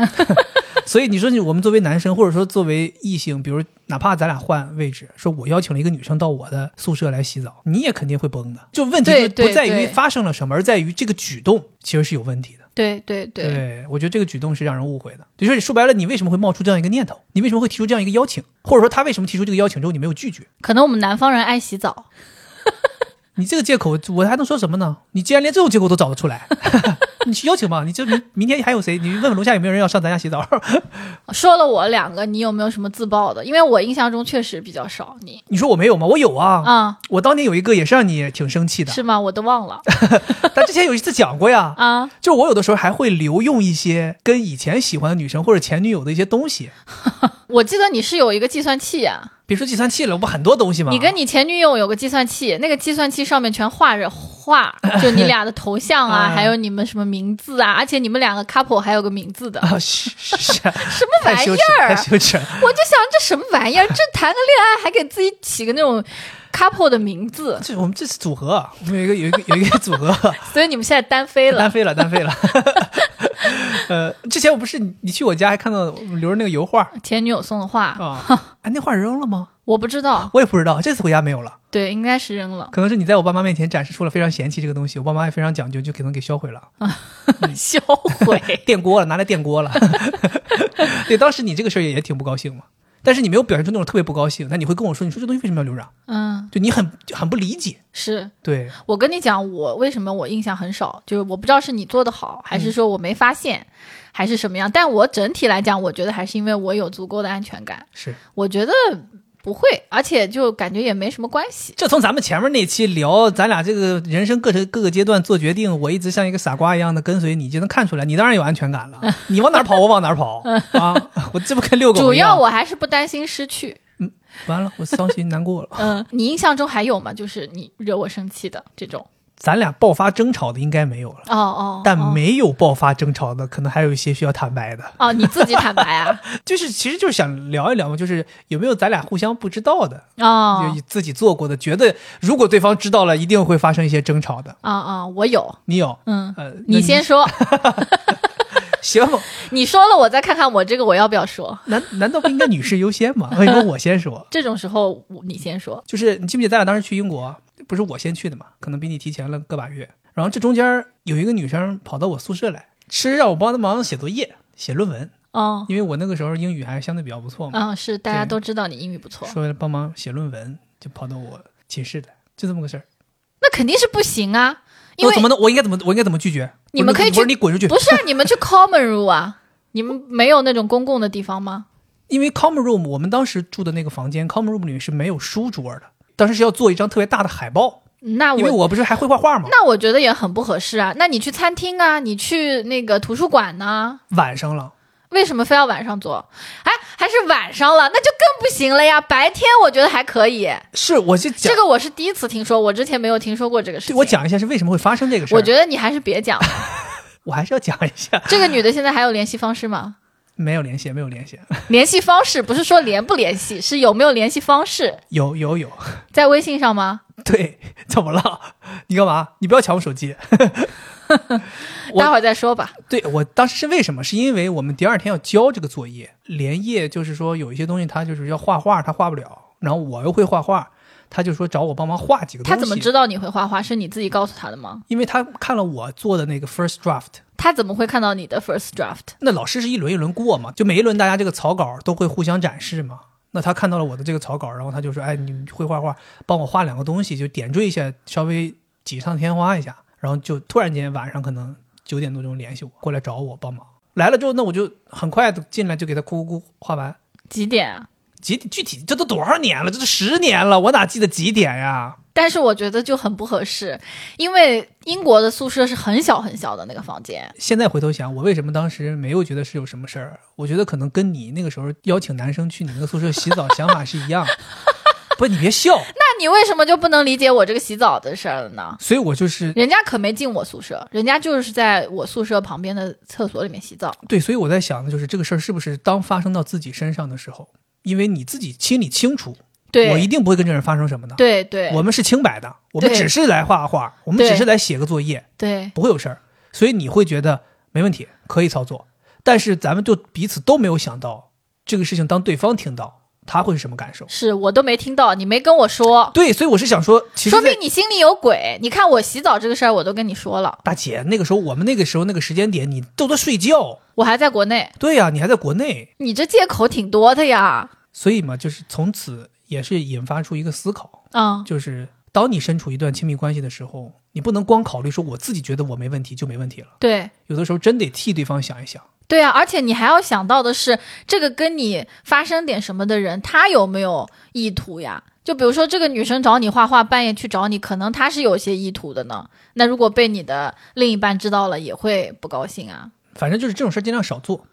所以你说你我们作为男生，或者说作为异性，比如哪怕咱俩换位置，说我邀请了一个女生到我的宿舍来洗澡，你也肯定会崩的。就问题就对不对在于对发生了什么，而在于这个举动其实是有问题的。对对对。对，我觉得这个举动是让人误会的。就是说说白了，你为什么会冒出这样一个念头？你为什么会提出这样一个邀请？或者说他为什么提出这个邀请之后你没有拒绝？可能我们南方人爱洗澡，你这个借口我还能说什么呢？你既然连这种借口都找得出来， 你去邀请吧。你这明明天还有谁？你问问楼下有没有人要上咱家洗澡？说了我两个，你有没有什么自曝的？因为我印象中确实比较少你你说我没有吗？我有啊。啊，我当年有一个也是让你挺生气的，是吗？我都忘了但之前有一次讲过呀。啊， 就我有的时候还会留用一些跟以前喜欢的女生或者前女友的一些东西，我记得你是有一个计算器呀、别说计算器了，我不很多东西吗？你跟你前女友有个计算器，那个计算器上面全画着 画，就你俩的头像啊，啊还有你们什么名字啊，而且你们两个 couple 还有个名 字的，啊， 是是 是，什么太玩意羞耻，太儿？羞耻了。我就想这什么玩意儿？这谈个恋爱还给自己起个那种 couple 的名字，这我们这是组合啊，我们有一个有一个有 一个组合，所以你们现在单飞了单。飞了，单飞了。呃，之前我不是你你去我家还看到我留着 那个油画前女友送的画，啊，哎，那画扔了吗？我不知道，我也不知道，这次回家没有了，对，应该是扔了。可能是你在我爸妈面前展示出了非常嫌弃这个东西，我爸妈也非常讲究，就可能给销毁了，。销毁 电锅了，拿来电锅了。 对，当时你这个事儿也也挺不高兴嘛，但是你没有表现出那种特别不高兴，那你会跟我说，你说这东西为什么要留着啊？嗯，就你很就很不理解，是对，我跟你讲，我为什么我印象很少，就是我不知道是你做的好，还是说我没发现，还是什么样。但我整体来讲，我觉得还是因为我有足够的安全感，是。我觉得不会，而且就感觉也没什么关系。这从咱们前面那期聊咱俩这个人生各各个阶段做决定，我一直像一个傻瓜一样的跟随你，就能看出来，你当然有安全感了。 你往哪儿跑，我往哪儿跑啊！我这不跟遛狗主一要样？我还是不担心失去。完了，我伤心难过了。嗯，你印象中还有吗？就是你惹我生气的这种。咱俩爆发争吵的应该没有了，哦哦，但哦没有爆发争吵的，可能还有一些需要坦白的。哦，你自己坦白 啊。就是其实就是想聊一聊嘛，就是有没有咱俩互相不知道的，哦就自己做过的，觉得如果对方知道了，一定会发生一些争吵的。啊啊，我有。你有？嗯，呃，那你先说，行吗？ 你说了，我再看看我这个我要不要说。难难道不应该女士优先 吗？为什么我先说？这种时候我你先说。就是你记不记得咱俩当时去英国，不是我先去的嘛？可能比你提前了个把月。然后这中间有一个女生跑到我宿舍来，吃让我帮她忙写作业、写论文，哦，因为我那个时候英语还相对比较不错嘛，嗯，是大家对都知道你英语不错，说为了帮忙写论文，就跑到我寝室来，就这么个事儿。那肯定是不行啊，因我为怎么能？我应该怎么？我应该怎么拒绝？你们可以我去说你滚出去，不是啊，你们去 common room 啊，你们没有那种公共的地方吗？因为 com room 我们当时住的那个房间 com room 里面是没有书桌的，当时是要做一张特别大的海报，那因为我我不是还会画画吗？那我觉得也很不合适啊。那你去餐厅啊，你去那个图书馆呐、晚上了，为什么非要晚上做？哎，还是晚上了，那就更不行了呀。白天我觉得还可以，是我是讲这，个我是第一次听说，我之前没有听说过这个事对情。我，讲一下是为什么会发生这个事儿。我觉得你还是别讲了。我还是要讲一下， 这个女的现在还有联系方式吗？ 没有联系，没有联系，联系方式不是说联不联系，是有没有联系方式，有有有，在微信上吗？对，怎么了？你干嘛？你不要抢我手机。我待会儿再说吧。对我当时是为什么？是因为我们第二天要交这个作业，连夜就是说有一些东西他就是要画画，他画不了，然后我又会画画，他就说找我帮忙画几个东他西。怎么？知道你会画画？是你自己告诉他的吗？因为他看了我做的那个 first draft，他怎么会看到你的 first draft？那老师是一轮一轮过嘛，就每一轮大家这个草稿都会互相展示嘛。那他看到了我的这个草稿，然后他就说：“哎，你会画画，帮我画两个东西，就点缀一下，稍微锦上添花一下。”然后就突然间晚上可能九点多钟联系我，过来找我帮忙。来了之后，那我就很快的进来就给他咕咕咕画完。几点啊？几具体这都多少年了？这都十年了，我哪记得几点呀？但是我觉得就很不合适，因为英国的宿舍是很小很小的那个房间，现在回头想，我为什么当时没有觉得是有什么事儿？我觉得可能跟你那个时候邀请男生去你那个宿舍 洗澡想法是一样。不，你别笑。那你为什么就不能理解我这个洗澡的事儿了呢？所以我就是人家可没进我宿舍，人家就是在我宿舍旁边的厕所里面洗澡。对，所以我在想的就是这个事儿是不是当发生到自己身上的时候，因为你自己心里清楚，对，我一定不会跟这人发生什么的。对对我们是清白的，我们对只是来画画，我们对只是来写个作业，对不会有事儿，所以你会觉得没问题，可以操作。但是咱们就彼此都没有想到这个事情，当对方听到他会是什么感受？是我都没听到，你没跟我说，对，所以我是想说，其说实在明你心里有鬼。你看我洗澡这个事儿，我都跟你说了，大姐那个时候，我们那个时候那个时间点，你都在睡觉，我还在国内，对呀、你还在国内，你这借口挺多的呀。所以嘛，就是从此也是引发出一个思考，嗯，就是当你身处一段亲密关系的时候，你不能光考虑说我自己觉得我没问题就没问题了，对有的时候真得替对方想一想。对啊，而且你还要想到的是，这个跟你发生点什么的人，他有没有意图呀？就比如说这个女生找你画画，半夜去找你，可能她是有些意图的呢。那如果被你的另一半知道了，也会不高兴啊。反正就是这种事儿尽量少做。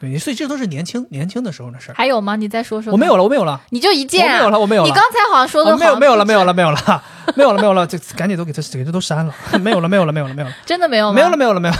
对，所以这都是年轻年轻的时候的事儿。还有吗？你再说说。嗯我没有，了，我没有了，你就一我件、没啊。有了，我没有你了，刚才好像说的、我没有没有了，没有了，，没有了，没有了，没有了，这赶紧都给这给这都删了， 没有了，没有了，没有了，没有了，真的没有吗？没有了，。没有了，没有了，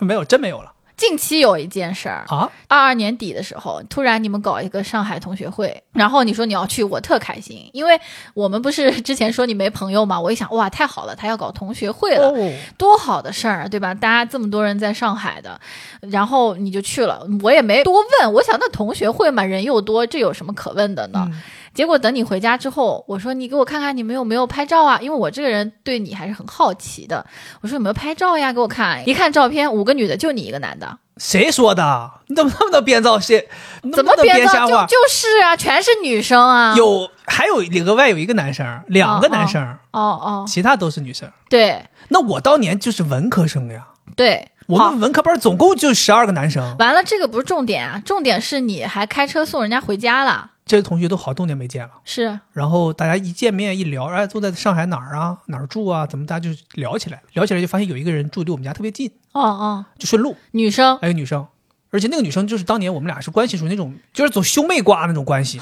没有，真没有了近期有一件事儿，啊！二二年底的时候，突然你们搞一个上海同学会，然后你说你要去，我特开心，因为我们不是之前说你没朋友嘛， 我一想哇，太好了，他要搞同学会了。哦，多好的事儿啊，对吧？大家这么多人在上海的，然后你就去了，我也没多问。我想那同学会嘛，人又多，这有什么可问的呢？嗯结果等你回家之后，我说你给我看看你们有没有拍照啊，因为我这个人对你还是很好奇的。我说有没有拍照呀？给我看，一看照片，五个女的，就你一个男的，谁说的？你怎么那么能编造些？你怎么么能编瞎造就话？就是啊，全是女生啊。有还有额外有一个男生，两个哦男生，哦哦，其他都是女生。对那我当年就是文科生呀，对，我好们文科班总共就十二个男生，完了，这个不是重点啊，重点是你还开车送人家回家了，这些同学都好多年没见了。是然后大家一见面一聊，哎，都在上海哪儿啊，哪儿住啊，怎么大家就聊起来，聊起来就发现有一个人住离我们家特别近，哦哦，就顺路，女生还有女生，而且那个女生就是当年我们俩是关系属于那种就是走兄妹挂那种关系，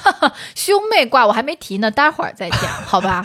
兄妹挂我还没提呢，待会儿再讲，好 吧？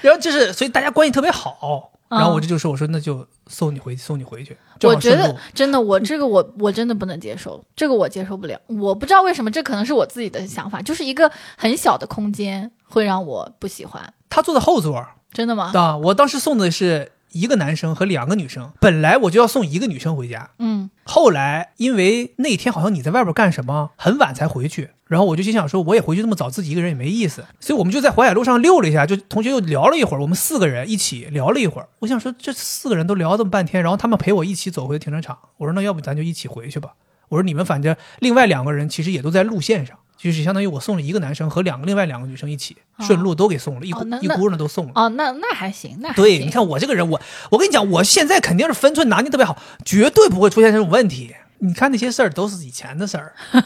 然后就是所以大家关系特别好，嗯然后我这就说我说那就送你回送你回去，正我好觉顺得路，真的，我这个我我真的不能接受，这个我接受不了。我不知道为什么，这可能是我自己的想法，就是一个很小的空间会让我不喜欢。她坐在后座儿真的吗？啊，我当时送的是一个男生和两个女生，本来我就要送一个女生回家，嗯，后来因为那天好像你在外边干什么，很晚才回去，然后我就心想说，我也回去那么早，自己一个人也没意思，所以我们就在淮海路上溜了一下，就同学又聊了一会儿，我们四个人一起聊了一会儿。我想说，这四个人都聊这么半天，然后他们陪我一起走回停车场，我说那要不咱就一起回去吧。我说你们反正另外两个人其实也都在路线上，就是相当于我送了一个男生和两个另外两个女生一起，哦顺路都给送了，一股、哦那一那股人都送了。哦，那那还行，那还 对，行你看我这个人，我我跟你讲，我现在肯定是分寸拿捏特别好，绝对不会出现这种问题。你看那些事儿都是以前的事儿，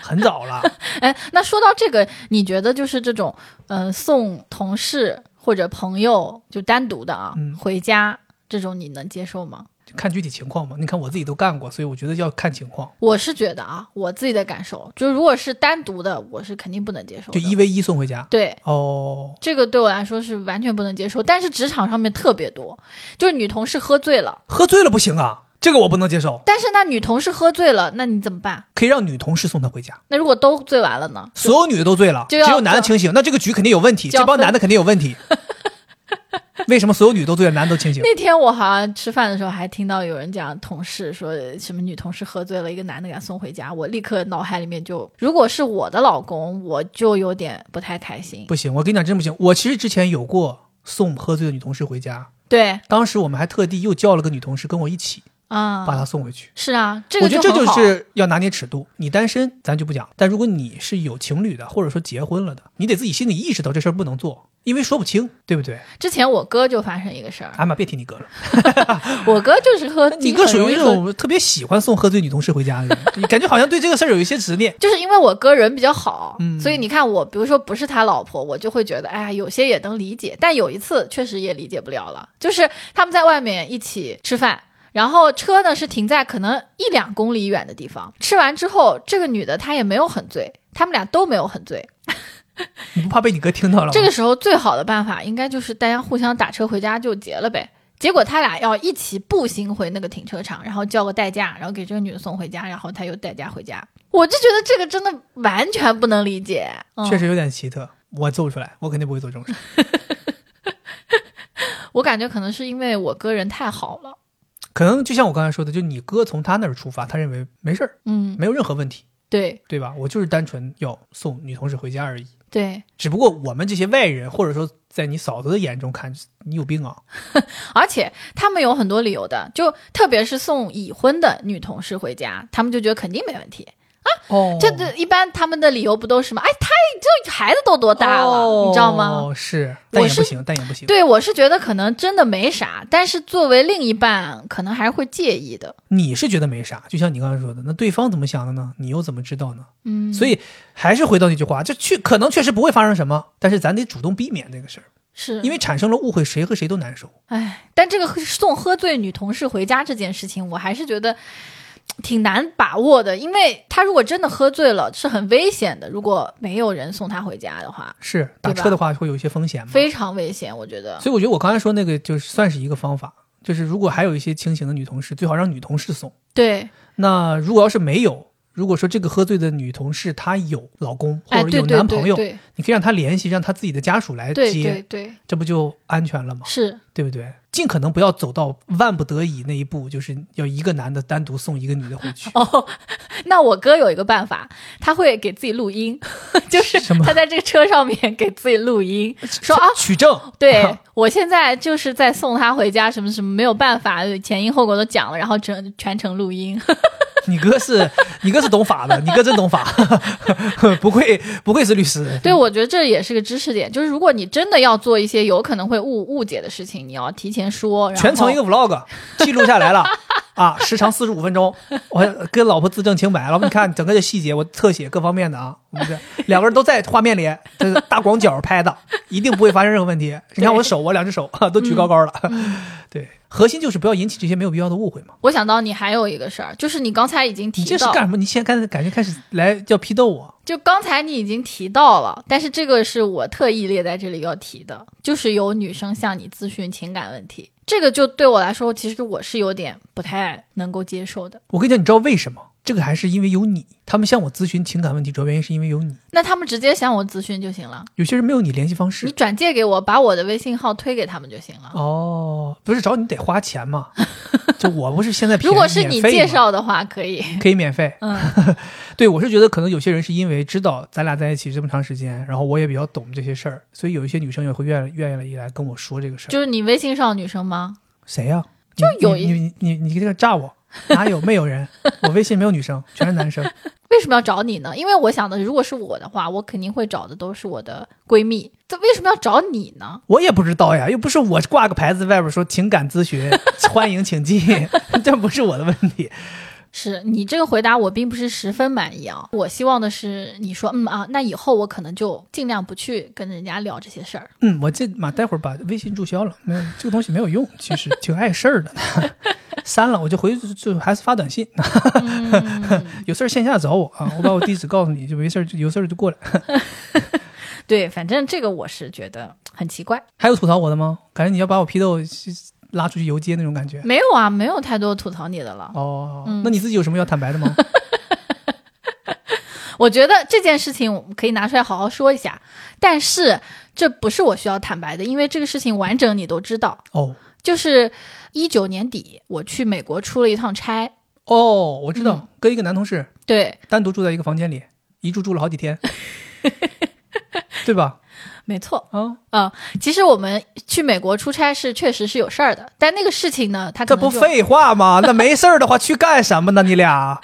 很早了。哎，那说到这个，你觉得就是这种，嗯、送同事或者朋友就单独的啊，嗯回家这种你能接受吗？就看具体情况吧。你看我自己都干过，所以我觉得要看情况。我是觉得啊，我自己的感受，就如果是单独的，我是肯定不能接受的。就一 v 一送回家。对，哦，这个对我来说是完全不能接受。但是职场上面特别多，就是女同事喝醉了，喝醉了不行啊，这个我不能接受。但是那女同事喝醉了，那你怎么办？可以让女同事送他回家，那如果都醉完了呢？所有女的都醉了，就只要有男的清醒，那这个局肯定有问题，就要这帮分 男的肯定有问题。为什么所有女都醉了，男的都清醒？那天我好像吃饭的时候还听到有人讲同事说什么女同事喝醉了，一个男的给她送回家，我立刻脑海里面就，如果是我的老公，我就有点不太开心。不行，我跟你讲，真不行。我其实之前有过送喝醉的女同事回家，对，当时我们还特地又叫了个女同事跟我一起啊、把她送回去。是啊，这个我觉得这很就好是要拿捏尺度。你单身咱就不讲，但如果你是有情侣的，或者说结婚了的，你得自己心里意识到这事儿不能做，因为说不清，对不对？之前我哥就发生一个事儿，哎妈，别提你 哥了，我哥就是喝，你哥很属容于易 那喝种特别喜欢送喝醉女同事回家的 人，你感觉好像对这个事儿有一些执念。就是因为我哥人比较好，嗯所以你看我，比如说不是他老婆，我就会觉得，哎呀，有些也能理解。但有一次确实也理解不了了，就是他们在外面一起吃饭，然后车呢是停在可能一两公里远的地方。吃完之后，这个女的她也没有很醉，他们俩都没有很醉。你不怕被你哥听到了吗？这个时候最好的办法应该就是大家互相打车回家就结了呗。结果他俩要一起步行回那个停车场，然后叫个代驾，然后给这个女的送回家，然后他又代驾回家。我就觉得这个真的完全不能理解，嗯、确实有点奇特，我做不出来，我肯定不会做这种事儿。我感觉可能是因为我哥人太好了，可能就像我刚才说的，就你哥从他那儿出发，他认为没事儿，嗯，没有任何问题，对对吧？我就是单纯要送女同事回家而已。对，只不过我们这些外人，或者说在你嫂子的眼中看，你有病啊！而且他们有很多理由的，就特别是送已婚的女同事回家，他们就觉得肯定没问题。哦这这一般他们的理由不都是吗？哎，他这孩子都多大了，你知道吗？哦，是，我但也是不行，但也不行。对，我是觉得可能真的没啥，但是作为另一半，可能还会介意的。你是觉得没啥，就像你刚才说的，那对方怎么想的呢？你又怎么知道呢？嗯，所以还是回到那句话，这确可能确实不会发生什么，但是咱得主动避免这个事儿，是因为为产生了误会，谁和谁都难受。哎，但这个喝送喝醉女同事回家这件事情，我还是觉得挺难把握的，因为她如果真的喝醉了，是很危险的。如果没有人送她回家的话，是打对吧车的话会有一些风险嘛？非常危险，我觉得。嗯所以我觉得我刚才说那个就是算是一个方法，就是如果还有一些清醒的女同事，最好让女同事送。对，那如果要是没有，如果说这个喝醉的女同事她有老公哎，或者对有对男对朋友，对你可以让她联系，让她自己的家属来对对接，对，这不就安全了吗？是。对不对？尽可能不要走到万不得已那一步，就是要一个男的单独送一个女的回去哦，那我哥有一个办法，他会给自己录音， 就是什么他在这个车上面给自己录音，说啊，取证， 对我现在就是在送他回家，什么什么没有办法，前因后果都讲了，然后整全程录音。 你哥是，你哥是懂法的，你哥真懂法， 不愧不愧是律师。对，我觉得这也是个知识点，就是如果你真的要做一些有可能会误误解的事情，你要提前说，然后全程一个 vlog 记录下来了啊，时长四十五分钟，我还跟老婆自证清白了。你看整个的细节，我特写各方面的啊，我们这两个人都在画面里，这是大广角拍的，一定不会发生任何问题。你看我手，我两只手啊都举高高了，嗯对，核心就是不要引起这些没有必要的误会嘛。我想到你还有一个事儿，就是你刚才已经你提这是到，干什么？你现在感觉开始来要批斗我，就刚才你已经提到了，但是这个是我特意列在这里要提的，就是有女生向你咨询情感问题，这个就对我来说，其实我是有点不太能够接受的。我跟你讲，你知道为什么？这个还是因为有你，他们向我咨询情感问题，主要原因是因为有你。那他们直接向我咨询就行了。有些人没有你联系方你式转借给我，把我的微信号推给他们就行了。哦，不是找你得花钱 嘛？就我不是现在便宜如果是你免费介吗绍的话，可以。可以免费。嗯，对我是觉得可能有些人是因为知道咱俩在一起这么长时间，然后我也比较懂这些事儿，所以有一些女生也会愿愿意来跟我说这个事儿。 就是你微信上女生吗？谁呀、就你有一你你你你这个炸我，哪有没有人？我微信没有女生，全是男生。为什么要找你呢？因为我想的，如果是我的话，我肯定会找的都是我的闺蜜。这为什么要找你呢？我也不知道呀，又不是我 挂个牌子外边说情感咨询，欢迎请进，这不是我的问题。是你这个回答我并不是十分满意啊，我希望的是你说嗯啊，那以后我可能就尽量不去跟人家聊这些事儿。嗯，我这妈待会儿把微信注销了，没有这个东西没有用，其实挺碍事儿的。 删了我就回就还是发短信，嗯 有事儿线下找我啊，我把我地址告诉你，就没事儿就有事儿就过来。对，反正这个我是觉得很奇怪。还有吐槽我的吗？感觉你要把我批斗拉出去游街那种感觉。没有啊，没有太多吐槽你的了。哦，嗯那你自己有什么要坦白的 吗？我觉得这件事情我们可以拿出来好好说一下，但是这不是我需要坦白的，因为这个事情完整你都知道。哦就是一九年底，我去美国出了一趟差，哦，我知道，嗯跟一个男同事对，单独住在一个房间里，一住住了好几 天，对吧？没错，啊，其实我们去美国出差是确实是有事儿的，但那个事情呢，他这可能不就废话吗？那没事儿的话去干什么呢？你俩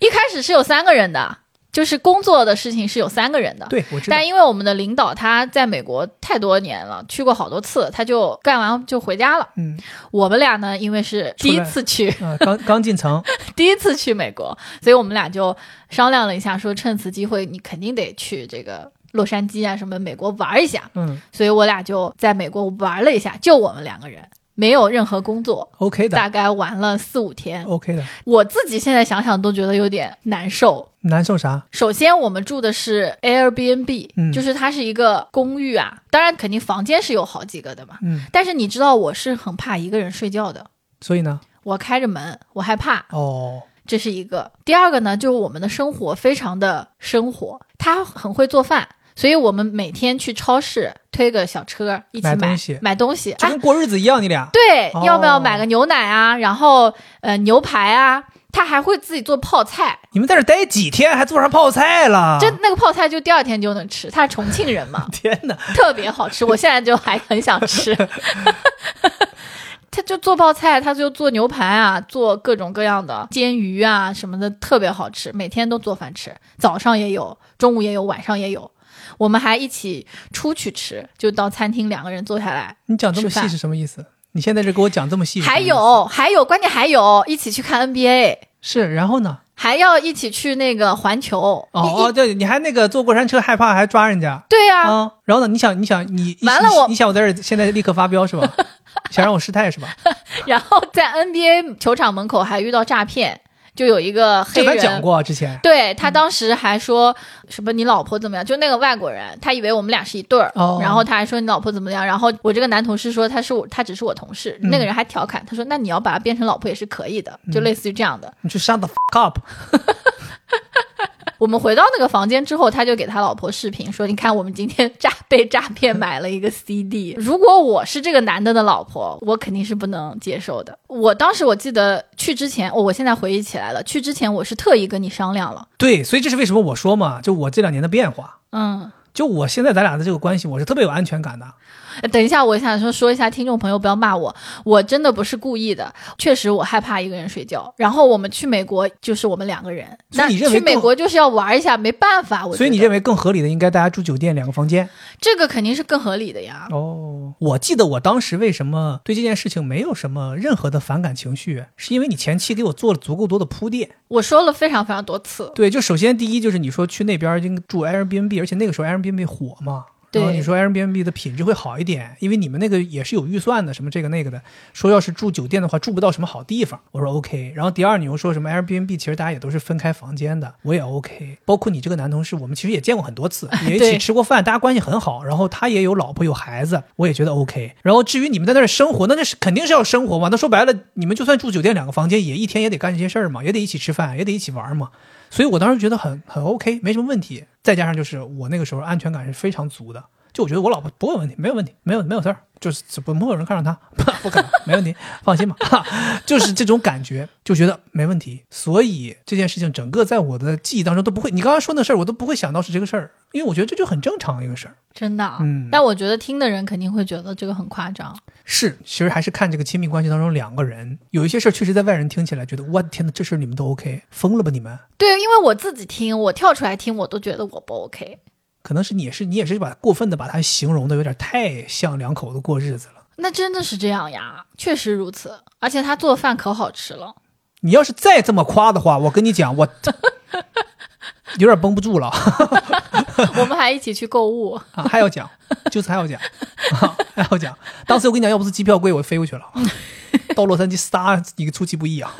一开始是有三个人的，就是工作的事情是有三个人的。对我知道但因为我们的领导他在美国太多年了，去过好多次，他就干完就回家了。嗯我们俩呢，因为是第一出来次去，啊、刚刚进城，第一次去美国，所以我们俩就商量了一下，说趁此机会，你肯定得去这个洛杉矶啊什么美国玩一下。嗯所以我俩就在美国玩了一下，就我们两个人，没有任何工作， ，OK 的大概玩了四五天。 ，OK 的，我自己现在想想都觉得有点难受。难受啥？首先，我们住的是 Airbnb，、嗯就是它是一个公寓啊，当然肯定房间是有好几个的嘛。嗯，但是你知道我是很怕一个人睡觉的，所以呢，我开着门我害怕，哦，这是一个。第二个呢，就是我们的生活非常的生活，他很会做饭，所以我们每天去超市推个小车一起买买东西买东西就啊，跟过日子一样，你俩，对，哦要不要买个牛奶啊？然后呃牛排啊，他还会自己做泡菜，你们在这儿待几天还做上泡菜了？，就那个泡菜就第二天就能吃，他是重庆人嘛天哪！特别 好吃，我现在就还很想吃。 他就做泡菜，他就做牛排啊，做各种各样的煎鱼啊什么的，特别好吃，每天都做饭吃，早上也有，中午也有，晚上也有。我们还一起出去吃，就到餐厅两个人坐下来。你讲这么吃饭细是什么意思？你现在这给我讲这么细是什么还意思，有还有，关键还有一起去看 NBA，是，然后呢？还要一起去那个环球。哦一哦，对，你还那个坐过山车害怕还抓人家对呀、啊？然后呢？你想你想你完了你我你想我在这儿现在立刻发飙是吧？想让我失态是吧？然后在 NBA 球场门口还遇到诈骗，就有一个 黑这咱人。讲过啊之前对他当时还说什么你老婆怎么样？就那个外国人，他以为我们俩是一对儿，哦然后他还说你老婆怎么样？然后我这个男同事说他是我，他只是我同事。嗯那个人还调侃他说，那你要把他变成老婆也是可以的，就类似于这样的。你去 shut the fuck up，我们回到那个房间之后，他就给他老婆视频说，你看我们今天诈被诈骗买了一个 CD。如果我是这个男的的老婆，我肯定是不能接受的。我当时我记得去之前，哦，我现在回忆起来了，去之前我是特意跟你商量了，对，所以这是为什么我说嘛，就我这两年的变化，嗯。就我现在咱俩的这个关系，我是特别有安全感的。呃等一下，我想说说一下，听众朋友不要骂我，我真的不是故意的，确实我害怕一个人睡觉。然后我们去美国就是我们两个人，所以那你认为去美更国就是要玩一下，没办法，我所以你觉得认为更合理的应该大家住酒店两个房间？这个肯定是更合理的呀。哦，我记得我当时为什么对这件事情没有什么任何的反感情绪，是因为你前期给我做了足够多的铺垫。我说了非常非常多次，对，就首先第一就是你说去那边儿应该住 Airbnb，而且那个时候 Airbnb 火嘛。然后对你说 Airbnb 的品质会好一点，因为你们那个也是有预算的，什么这个那个的。说要是住酒店的话，住不到什么好地方，我说 OK。然后第二，你又说什么 Airbnb 其实大家也都是分开房间的，我也 OK。包括你这个男同事，我们其实也见过很多 次，也一对起吃过饭，大家关系很好。然后他也有老婆有孩子，我也觉得 OK。然后至于你们在那儿生活，那那是肯定是要生活嘛。那说白了，你们就算住酒店两个房间，也一天也得干这些事儿嘛，也得一起吃饭，也得一起玩嘛。所以我当时觉得很很 OK，没什么问题。再加上就是我那个时候安全感是非常足的，就我觉得我老婆不会有问题，没有问题，没有没有事儿，就是不没有人看上她， 不不可能，没问题， 放心吧，哈就是这种感觉，就觉得没问题。所以这件事情整个在我的记忆当中都不会，你刚刚说那事儿我都不会想到是这个事儿，因为我觉得这就很正常的一个事儿。真的啊。嗯但我觉得听的人肯定会觉得这个很夸张。是，其实还是看这个亲密关系当中两个人，有一些事儿确实在外人听起来觉得，我的天呐，这事儿你们都 OK，疯了吧你们？对，因为我自己听，我跳出来听，我都觉得我不 OK。可能是你也是你也是把过分的把它形容的有点太像两口子过日子了。那真的是这样呀，确实如此。而且他做的饭可好吃了，你要是再这么夸的话，我跟你讲，我 有点绷不住了我们还一起去购物，啊！还要讲，就是还要讲，啊、还要讲。当时我跟你讲，要不是机票贵，我飞过去了。到洛杉矶仨，你出其不意啊！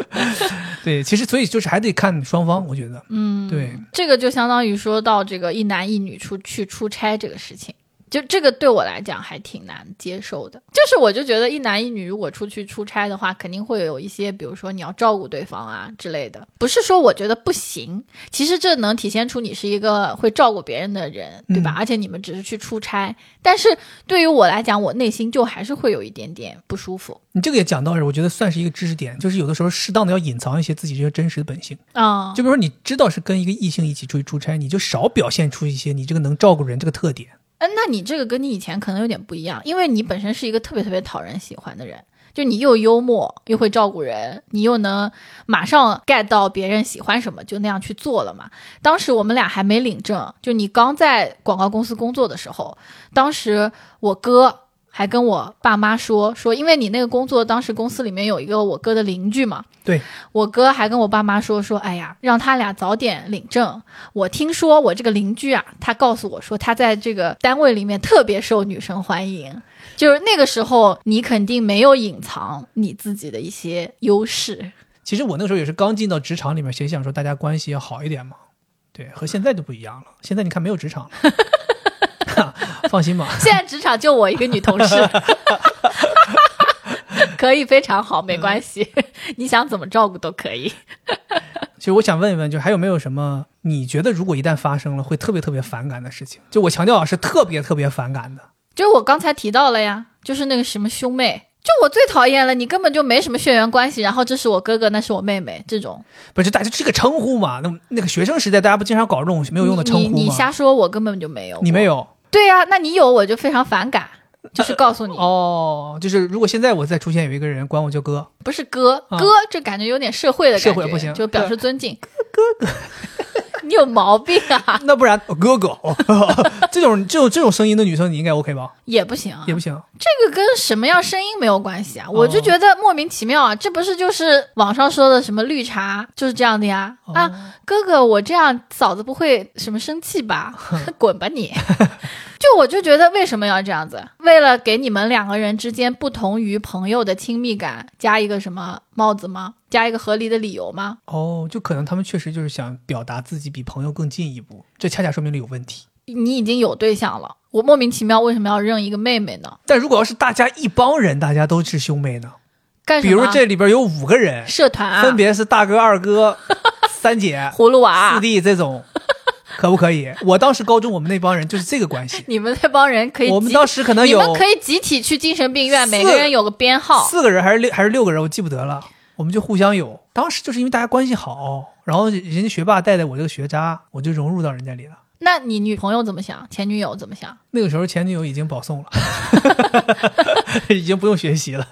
对，其实所以就是还得看双方，我觉得，嗯，对，这个就相当于说到这个一男一女出去出差这个事情，就这个对我来讲还挺难接受的。就是我就觉得一男一女如果出去出差的话，肯定会有一些，比如说你要照顾对方啊之类的。不是说我觉得不行，其实这能体现出你是一个会照顾别人的人，对吧？而且你们只是去出差，但是对于我来讲，我内心就还是会有一点点不舒服你这个也讲到了，我觉得算是一个知识点，就是有的时候适当的要隐藏一些自己这些真实的本性。啊。就比如说，你知道是跟一个异性一起出去出差，你就少表现出一些你这个能照顾人这个特点。嗯，那你这个跟你以前可能有点不一样，因为你本身是一个特别特别讨人喜欢的人，就你又幽默，又会照顾人，你又能马上 get 到别人喜欢什么，就那样去做了嘛。当时我们俩还没领证，就你刚在广告公司工作的时候，当时我哥。还跟我爸妈说说，因为你那个工作，当时公司里面有一个我哥的邻居嘛，对，我哥还跟我爸妈说说，哎呀，让他俩早点领证。我听说我这个邻居啊，他告诉我说，他在这个单位里面特别受女生欢迎。就是那个时候，你肯定没有隐藏你自己的一些优势。其实我那个时候也是刚进到职场里面，谁想说大家关系要好一点嘛？对，和现在就不一样了。现在你看没有职场 了，放心吧。现在职场就我一个女同事， 可以非常好，没关系， 你想怎么照顾都可以。其实我想问一问，就还有没有什么你觉得如果一旦发生了会特别特别反感的事情？就我强调啊，是特别特别反感的。就是我刚才提到了呀，就是那个什么兄妹，就我最讨厌了，你根本就没什么血缘关系，然后这是我哥哥，那是我妹妹，这种不是，大家这个称呼嘛？那那个学生时代，大家不经常搞这种没有用的称呼吗？你你你瞎说，我根本就没有。你没有对呀、那你有我就非常反感，就是告诉你，哦，就是如果现在我再出现有一个人管我叫哥，不是哥、啊哥，这感觉有点社会的社感会觉，不行就表示尊敬。哥哥 哥，你有毛病啊，那不然哦 哥哥，这种这种这种声音的女生你应该 OK 吧？也不行啊也，不行，这个跟什么样声音没有关系啊，哦我就觉得莫名其妙啊，这不是就是网上说的什么绿茶就是这样的呀、哦啊，哥哥，我这样嫂子不会什么生 气吧？滚吧你！ 就我就觉得为什么要这样子？为了给你们两个人之间不同于朋友的亲密感加一个什么帽子吗？加一个合理的理由吗？哦，就可能他们确实就是想表达自己比朋友更进一步，这恰恰说明了有问题。你已经有对象了，我莫名其妙为什么要认一个妹妹呢？但如果要是大家一帮人，大家都是兄妹呢？干什比么？啊如这里边有五个人，社团啊，分别是大哥、二 哥、三姐、葫芦娃啊、四弟这种，可不可以？我当时高中我们那帮人就是这个关系，你们那帮人可以集，我们当时可能有你们可以集体去精神病院，四每个人有个编号。四个人还是六还是六个人，我记不得了。我们就互相有，当时就是因为大家关系好，然后人家学霸带带我这个学渣，我就融入到人家里了。那你女朋友怎么想？前女友怎么想？那个时候前女友已经保送了， 已经不用学习了。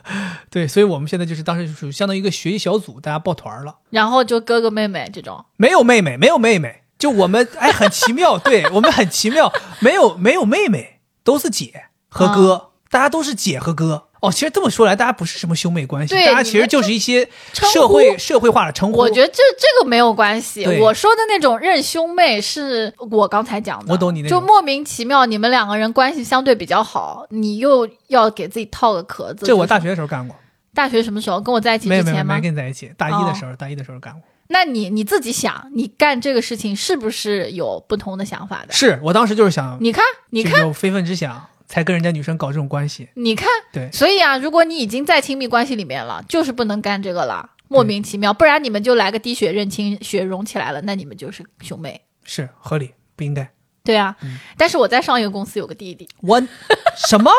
对，所以我们现在就是当时就属于相当于一个学习小组，大家抱团了。然后就哥哥妹妹这种，没有妹妹，没有妹妹，就我们哎，很奇妙， 对我们很奇妙，没有没有妹妹，都是姐和哥，啊大家都是姐和哥。哦，其实这么说来，大家不是什么兄妹关系，对大家你其实们就是一些称社呼会社会化的称呼。我觉得这这个没有关系。对我说的那种认兄妹是我刚才讲的，我懂你那就种莫名其妙，你们两个人关系相对比较好，你又要给自己套个壳子。这我就是大学的时候干过，大学什么时候跟我在一起没之有没有前吗哦没？跟你在一起，大一的时候、大一的时候干过。那你你自己想，你干这个事情是不是有不同的想法的？是我当时就是想，你看，你就看，是有非分之想，才跟人家女生搞这种关系。你看，对，所以啊，如果你已经在亲密关系里面了，就是不能干这个了，莫名其妙，不然你们就来个滴血认亲，血融起来了，那你们就是兄妹。是合理，不应该。对啊，嗯但是我在上一个公司有个弟弟，我 什么？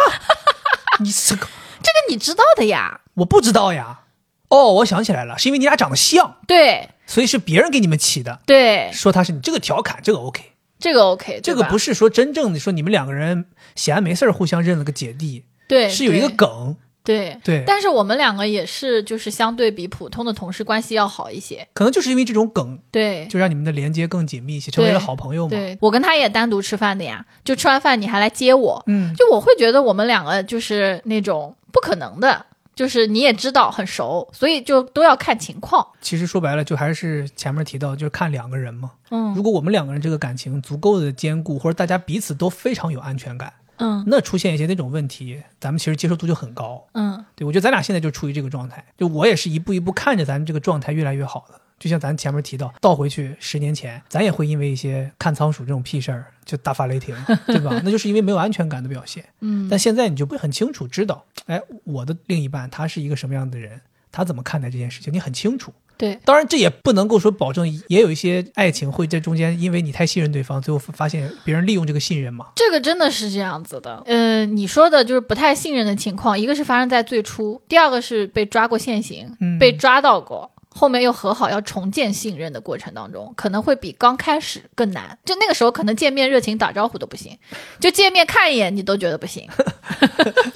你这个这个你知道的呀。我不知道呀。哦，我想起来了，是因为你俩长得像，对所以是别人给你们起的。对，说他是你这个调侃，这个 OK，这个 OK，这个不是是说真正的说你们两个人闲没事儿互相认了个姐弟，对，是有一个对梗，对对但是我们两个也是，就是相对比普通的同事关系要好一些。可能就是因为这种梗，对，就让你们的连接更紧密一些，成为了对好朋友嘛。对我跟他也单独吃饭的呀，就吃完饭你还来接我，嗯，就我会觉得我们两个就是那种不可能的，就是你也知道很熟，所以就都要看情况。其实说白了，就还是前面提到，就是看两个人嘛。嗯如果我们两个人这个感情足够的坚固，或者大家彼此都非常有安全感，嗯那出现一些那种问题，咱们其实接受度就很高。嗯对我觉得咱俩现在就处于这个状态，就我也是一步一步看着咱们这个状态越来越好的。就像咱前面提到，倒回去十年前，咱也会因为一些看仓鼠这种屁事儿就大发雷 霆，对吧？那就是因为没有安全感的表现。嗯但现在你就会很清楚知道，哎，我的另一半他是一个什么样的人，他怎么看待这件事情，你很清楚。对，当然，这也不能够说保证，也有一些爱情会在中间，因为你太信任对方，最后发现别人利用这个信任嘛。这个真的是这样子的。呃，你说的就是不太信任的情况，一个是发生在最初，第二个是被抓过现行，嗯被抓到过。后面又和好，要重建信任的过程当中，可能会比刚开始更难。就那个时候，可能见面热情打招呼都不行，就见面看一眼你都觉得不行。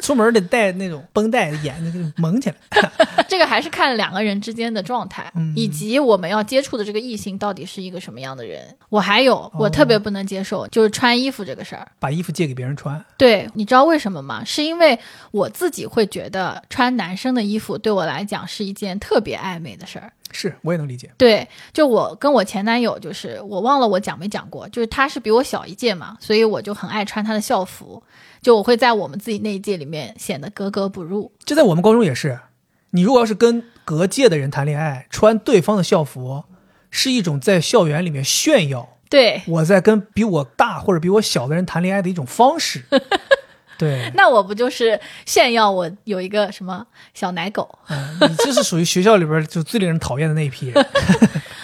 出门得带那种绷带，眼那个蒙起来。这个还是看两个人之间的状态，嗯以及我们要接触的这个异性到底是一个什么样的人。我还有，我特别不能接受、就是穿衣服这个事儿。把衣服借给别人穿，对，你知道为什么吗？是因为我自己会觉得穿男生的衣服对我来讲是一件特别暧昧的事儿。是我也能理解。对，就我跟我前男友，就是我忘了我讲没讲过，就是他是比我小一届嘛，所以我就很爱穿他的校服，就我会在我们自己那一届里面显得格格不入。这在我们高中也是，你如果要是跟隔界的人谈恋爱，穿对方的校服，是一种在校园里面炫耀对，我在跟比我大或者比我小的人谈恋爱的一种方式。对，那我不就是炫耀我有一个什么小奶狗？嗯你这是属于学校里边就最令人讨厌的那一批人。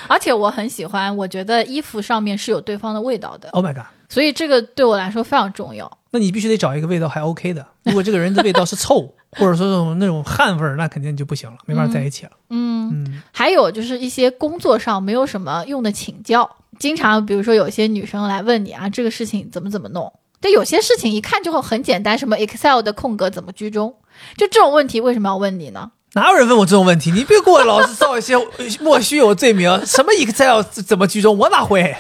而且我很喜欢，我觉得衣服上面是有对方的味道的， Oh my god！所以这个对我来说非常重要。那你必须得找一个味道还 OK 的。如果这个人的味道是臭， 或者说那种那种汗味儿，那肯定就不行了，没法在一起了。嗯，嗯，还有就是一些工作上没有什么用的请教，经常比如说有些女生来问你啊，这个事情怎么怎么弄。但有些事情一看就会很简单，什么 Excel 的空格怎么居中，就这种问题为什么要问你呢？哪有人问我这种问题？你别给我老是造一些莫须有罪名，什么 Excel 怎么居中，我哪会？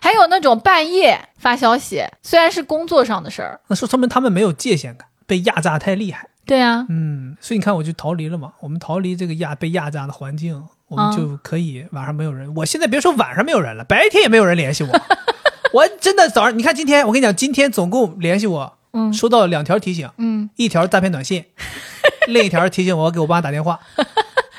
还有那种半夜发消息，虽然是工作上的事儿，那说说明他们没有界限感，被压榨太厉害。对啊，嗯，所以你看，我就逃离了嘛。我们逃离这个压被压榨的环境，我们嗯就可以晚上没有人。我现在别说晚上没有人了，白天也没有人联系我。 我真的早上，你看今天，我跟你讲，今天总共联系我嗯收到了两条提醒，嗯，一条诈骗短 信，另一条提醒我给我爸打电话，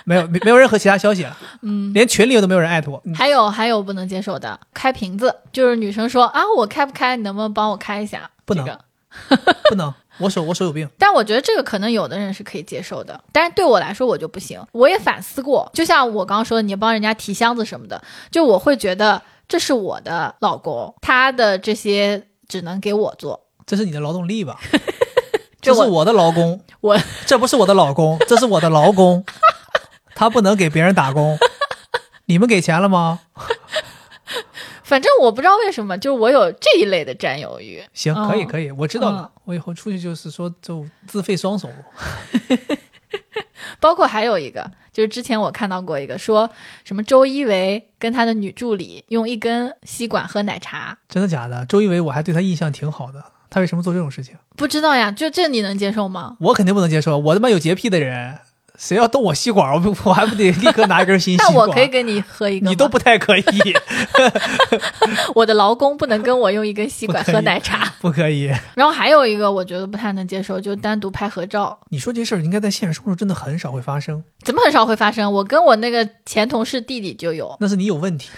没有没没有任何其他消息了，嗯，连群里都没有人艾特我，嗯还有还有不能接受的，开瓶子，就是女生说啊，我开不开，你能不能帮我开一下？不能这个不能，我手我手有病，但我觉得这个可能有的人是可以接受的，但是对我来说我就不行。我也反思过，就像我刚刚说的，你帮人家提箱子什么的，就我会觉得这是我的老公，他的这些只能给我做。这是你的劳动力 吧？这这我是我的劳工， 我 这不是我的老公，这是我的劳工， 他不能给别人打工。你们给钱了吗？反正我不知道为什么，就是我有这一类的占有欲。行，可以嗯可以，我知道了。我以后出去就是说，就自费双手。包括还有一个，就是之前我看到过一个说什么周一围跟他的女助理用一根吸管喝奶茶，真的假的？周一围我还对他印象挺好的，他为什么做这种事情？不知道呀，就这你能接受吗？我肯定不能接受。我他妈有洁癖的人，谁要动我吸管，我不我还不得立刻拿一根新吸 那管？我可以跟你喝一个吗，你都不太可以， 我的劳工不能跟我用一根吸管不可以喝奶茶。不可以。然后还有一个我觉得不太能接受，就单独拍合照，你说这事儿应该在现实生活中真的很少会发生，怎么很少会发生？我跟我那个前同事弟弟就有，那是你有问 题，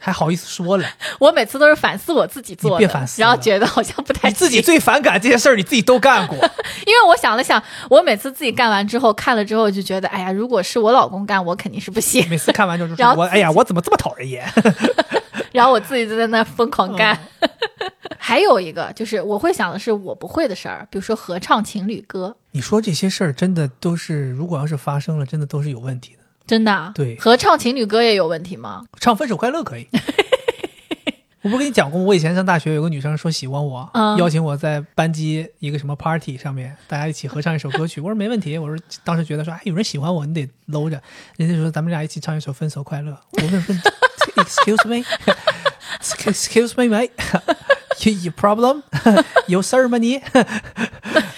还好意思说了。我每次都是反思我自己做你的，别反思了然后觉得好像不太你自己行，最反感这些事儿，你自己都干 过。因为我想了想，我每次自己干完之后看了之后就觉得，哎呀，如果是我老公干，我肯定是不 行，每次看完之后就然说：“后我自哎呀，我怎么这么讨人厌 然后我自己就在那疯狂干。嗯 还有一个就是我会想的是我不会的事儿，比如说合唱情侣歌，？”你说这些事儿真的都是，如果要是发生了，真的都是有问题的。真的、啊？对合唱情侣歌也有问题 吗？唱《分手快乐》可以。我不是跟你讲过吗，我以前上大学有个女生说喜欢我，嗯邀请我在班级一个什么 party 上面，大家一起合唱一首歌曲。我说没问题，我说当时觉得说，哎，有人喜欢我，你得搂着。人家说咱们俩一起唱一首《分手快乐》，我问分，excuse me，excuse me，my，you you problem，有事儿吗你？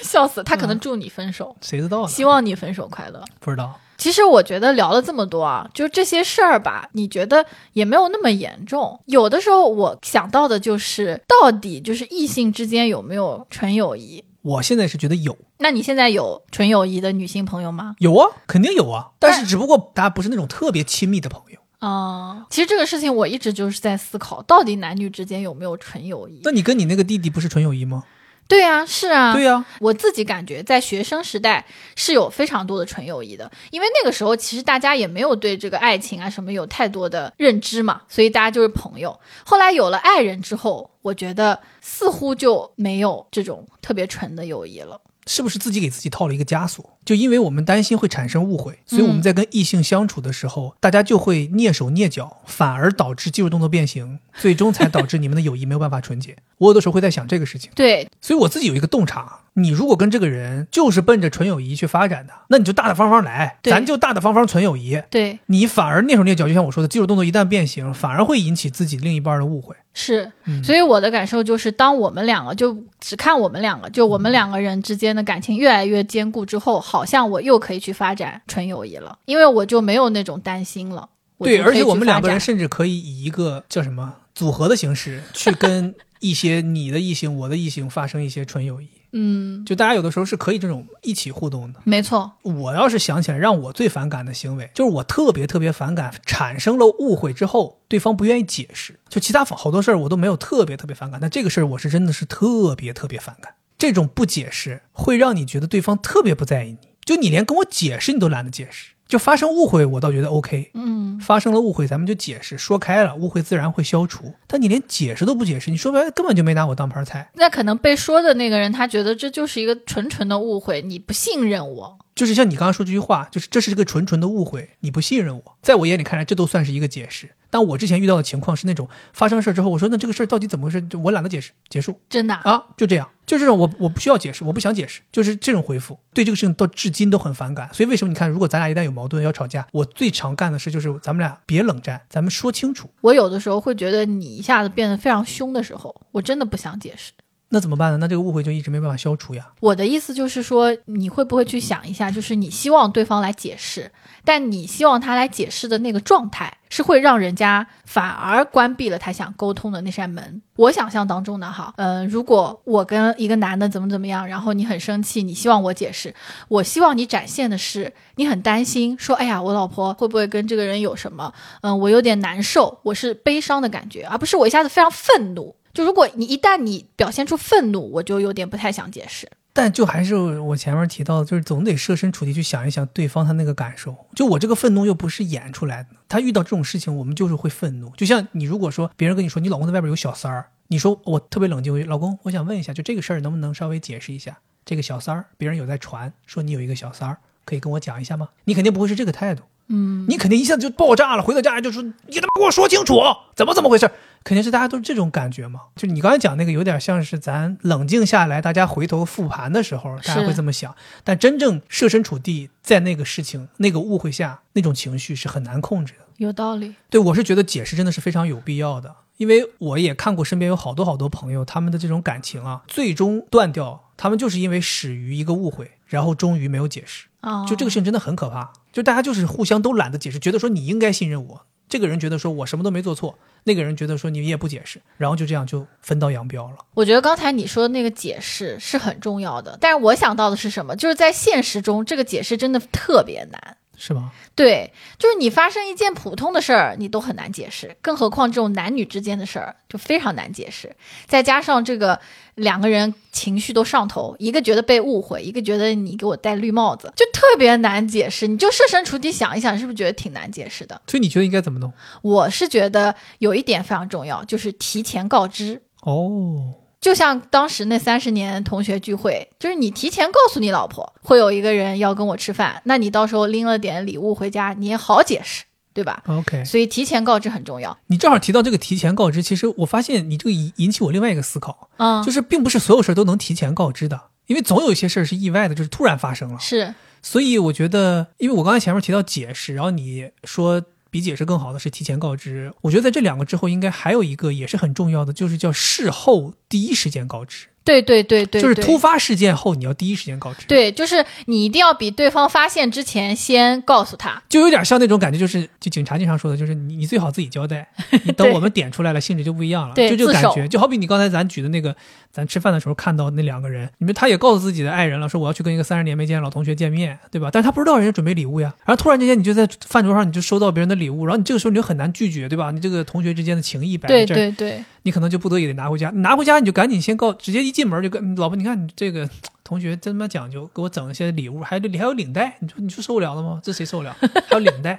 笑死，他嗯可能祝你分手，谁知道呢？希望你分手快乐。不知道。其实我觉得聊了这么多啊，就这些事儿吧，你觉得也没有那么严重。有的时候我想到的就是，到底就是异性之间有没有纯友谊？我现在是觉得有那你现在有纯友谊的女性朋友吗？有啊，肯定有啊，但但是只不过大家不是那种特别亲密的朋友。嗯啊、其实这个事情我一直就是在思考，到底男女之间有没有纯友谊？那你跟你那个弟弟不是纯友谊吗？对啊，是啊，对呀、我自己感觉在学生时代是有非常多的纯友谊的，因为那个时候其实大家也没有对这个爱情啊什么有太多的认知嘛，所以大家就是朋友。后来有了爱人之后，我觉得似乎就没有这种特别纯的友谊了。是不是自己给自己套了一个枷锁？就因为我们担心会产生误会，所以嗯我们在跟异性相处的时候，大家就会蹑手蹑脚，反而导致肌肉动作变形，最终才导致你们的友谊没有办法纯洁。 我有的时候会在想这个事情，对，所以我自己有一个洞察。你如果跟这个人就是奔着纯友谊去发展的，那你就大大方方来，对咱就大大方方纯友谊。对，你反而蹑手蹑脚，就像我说的，肌肉动作一旦变形，反而会引起自己另一半的误会。是，嗯所以我的感受就是，当我们两个就只看我们两个，就我嗯们两个人之间的感情越来越坚固之后，好像我又可以去发展纯友谊了，因为我就没有那种担心了。我对，就而可以且我去们发两个人展甚至可以以一个叫什么组合的形式去跟一些你的异性、 我的异性发生一些纯友谊。嗯，就大家有的时候是可以这种一起互动的。没错，我要是想起来让我最反感的行为，就是我特别特别反感产生了误会之后，对方不愿意解释。就其他好多事儿我都没有特别特别反感，但这个事儿我是真的是特别特别反感。这种不解释会让你觉得对方特别不在意你，就你连跟我解释你都懒得解释。就发生误会，我倒觉得 OK。嗯，发生了误会，咱们就解释，说开了，误会自然会消除。但你连解释都不解释，你说白了根本就没拿我当盘菜。那可能被说的那个人，他觉得这就是一个纯纯的误会，你不信任我。就是像你刚刚说这句话，就是这是个纯纯的误会，你不信任我，在我眼里看来，这都算是一个解释。但我之前遇到的情况是那种发生事儿之后，我说那这个事儿到底怎么回事，就我懒得解释，结束真的啊、啊，就这样，就这种我我不需要解释，我不想解释，就是这种回复，对这个事情到至今都很反感。所以为什么你看，如果咱俩一旦有矛盾要吵架，我最常干的事就是咱们俩别冷战，咱们说清楚，我有的时候会觉得你一下子变得非常凶的时候，我真的不想解释。那怎么办呢？那这个误会就一直没办法消除呀。我的意思就是说，你会不会去想一下，就是你希望对方来解释，但你希望他来解释的那个状态，是会让人家反而关闭了他想沟通的那扇门。我想象当中的哈，嗯、如果我跟一个男的怎么怎么样，然后你很生气，你希望我解释，我希望你展现的是你很担心，说哎呀，我老婆会不会跟这个人有什么？嗯，我有点难受，我是悲伤的感觉，而不是我一下子非常愤怒。就如果你一旦你表现出愤怒，我就有点不太想解释。但就还是我前面提到的，就是总得设身处地去想一想对方他那个感受。就我这个愤怒又不是演出来的，他遇到这种事情，我们就是会愤怒。就像你如果说别人跟你说你老公在外边有小三儿，你说我特别冷静，我就老公，我想问一下，就这个事儿能不能稍微解释一下？这个小三儿，别人有在传说你有一个小三儿，可以跟我讲一下吗？你肯定不会是这个态度，嗯，你肯定一下子就爆炸了。回到家里就说你他妈给我说清楚，怎么怎么回事？肯定是大家都是这种感觉嘛。就你刚才讲那个，有点像是咱冷静下来，大家回头复盘的时候，大家是会这么想。但真正设身处地在那个事情、那个误会下，那种情绪是很难控制的。有道理，对我是觉得解释真的是非常有必要的，因为我也看过身边有好多好多朋友，他们的这种感情啊，最终断掉，他们就是因为始于一个误会，然后终于没有解释。啊、就这个事情真的很可怕，就大家就是互相都懒得解释，觉得说你应该信任我，这个人觉得说我什么都没做错，那个人觉得说你也不解释，然后就这样就分道扬镳了。我觉得刚才你说的那个解释是很重要的，但是我想到的是什么？就是在现实中，这个解释真的特别难。是吧？对，就是你发生一件普通的事儿，你都很难解释，更何况这种男女之间的事儿就非常难解释。再加上这个两个人情绪都上头，一个觉得被误会，一个觉得你给我戴绿帽子，就特别难解释。你就设身处地想一想，是不是觉得挺难解释的？所以你觉得应该怎么弄？我是觉得有一点非常重要，就是提前告知。哦，就像当时那三十年同学聚会，就是你提前告诉你老婆会有一个人要跟我吃饭，那你到时候拎了点礼物回家，你也好解释，对吧？ OK，所以提前告知很重要。你正好提到这个提前告知，其实我发现你这个引引起我另外一个思考，嗯，就是并不是所有事儿都能提前告知的，因为总有一些事儿是意外的，就是突然发生了。是所以我觉得，因为我刚才前面提到解释，然后你说比解释更好的是提前告知，我觉得在这两个之后，应该还有一个也是很重要的，就是叫事后第一时间告知。对对对对，就是对突发事件后你要第一时间告知，，对，就是你一定要比对方发现之前先告诉他。就有点像那种感觉，就是就警察经常说的，就是你你最好自己交 代，你等对我们点出来了，性质就不一样了，对就这个自感首觉，就好比你刚才咱举的那个，咱吃饭的时候看到那两个人，你们他也告诉自己的爱人了，说我要去跟一个三十年没见的老同学见面，对吧？但是他不知道人家准备礼物呀，然后突然之间你就在饭桌上你就收到别人的礼物，然后你这个时候你就很难拒绝，对吧？你这个同学之间的情谊摆在对这儿，对对你可能就不得已得拿回家，拿回家你就赶紧先告，直接一进门就跟嗯老婆，你看你这个同学真他妈讲究，给我整一些礼物，还有还有领带，你说你说受得了了吗？这谁受得了？还有领带，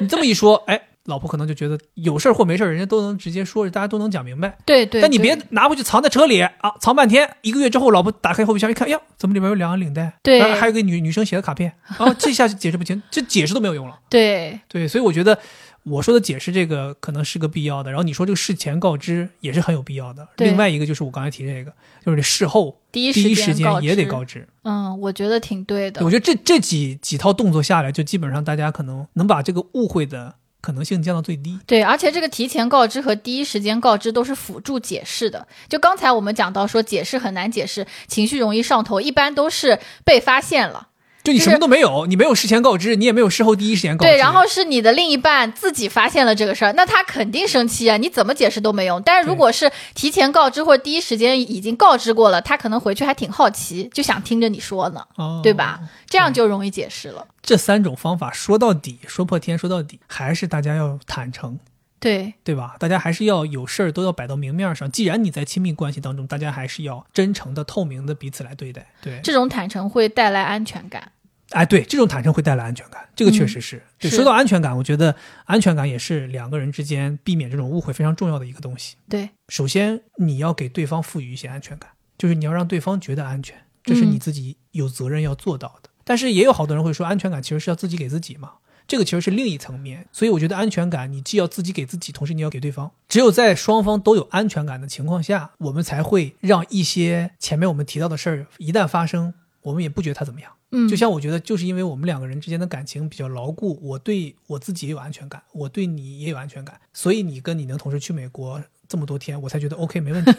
你这么一说，哎，老婆可能就觉得有事儿或没事儿，人家都能直接说，大家都能讲明白。对对。但你对别拿回去藏在车里啊，藏半天，一个月之后，老婆打开后备箱一看，呀，怎么里面有两个领带？啊对然后还有一个女女生写的卡片，啊，这下就解释不清，这解释都没有用了。对对，所以我觉得我说的解释这个可能是个必要的，然后你说这个事前告知也是很有必要的。对另外一个就是我刚才提这个，就是你事后第一第一时间间也得知告知。嗯，我觉得挺对的我。觉得这这几几套动作下来，就基本上大家可能能把这个误会的可能性降到最低。对，而且这个提前告知和第一时间告知都是辅助解释的。就刚才我们讲到说，解释很难解释，情绪容易上头，一般都是被发现了，就你就什么是都没有，你没有事前告知，你也没有事后第一时间告知。对，然后是你的另一半自己发现了这个事儿，那他肯定生气啊，你怎么解释都没用。但是如对果是提前告知或者第一时间已经告知过了，他可能回去还挺好奇，就想听着你说呢，哦对吧？？这样就容易解释了。这三种方法说到底，说破天，说到底还是大家要坦诚。对对吧？大家还是要有事儿都要摆到明面上。既然你在亲密关系当中，大家还是要真诚的、透明的彼此来对待。对，这种坦诚会带来安全感。哎，对，这种坦诚会带来安全感，这个确实是。对，嗯是说到安全感，我觉得安全感也是两个人之间避免这种误会非常重要的一个东西。对首先，你要给对方赋予一些安全感，就是你要让对方觉得安全，这是你自己有责任要做到的。但是也有好多人会说，安全感其实是要自己给自己嘛，这个其实是另一层面。所以我觉得安全感，你既要自己给自己，同时你要给对方。只有在双方都有安全感的情况下，我们才会让一些前面我们提到的事儿一旦发生，我们也不觉得它怎么样。嗯，就像我觉得，就是因为我们两个人之间的感情比较牢固，我对我自己也有安全感，我对你也有安全感，所以你跟你能同时去美国这么多天，我才觉得 OK 没问 题。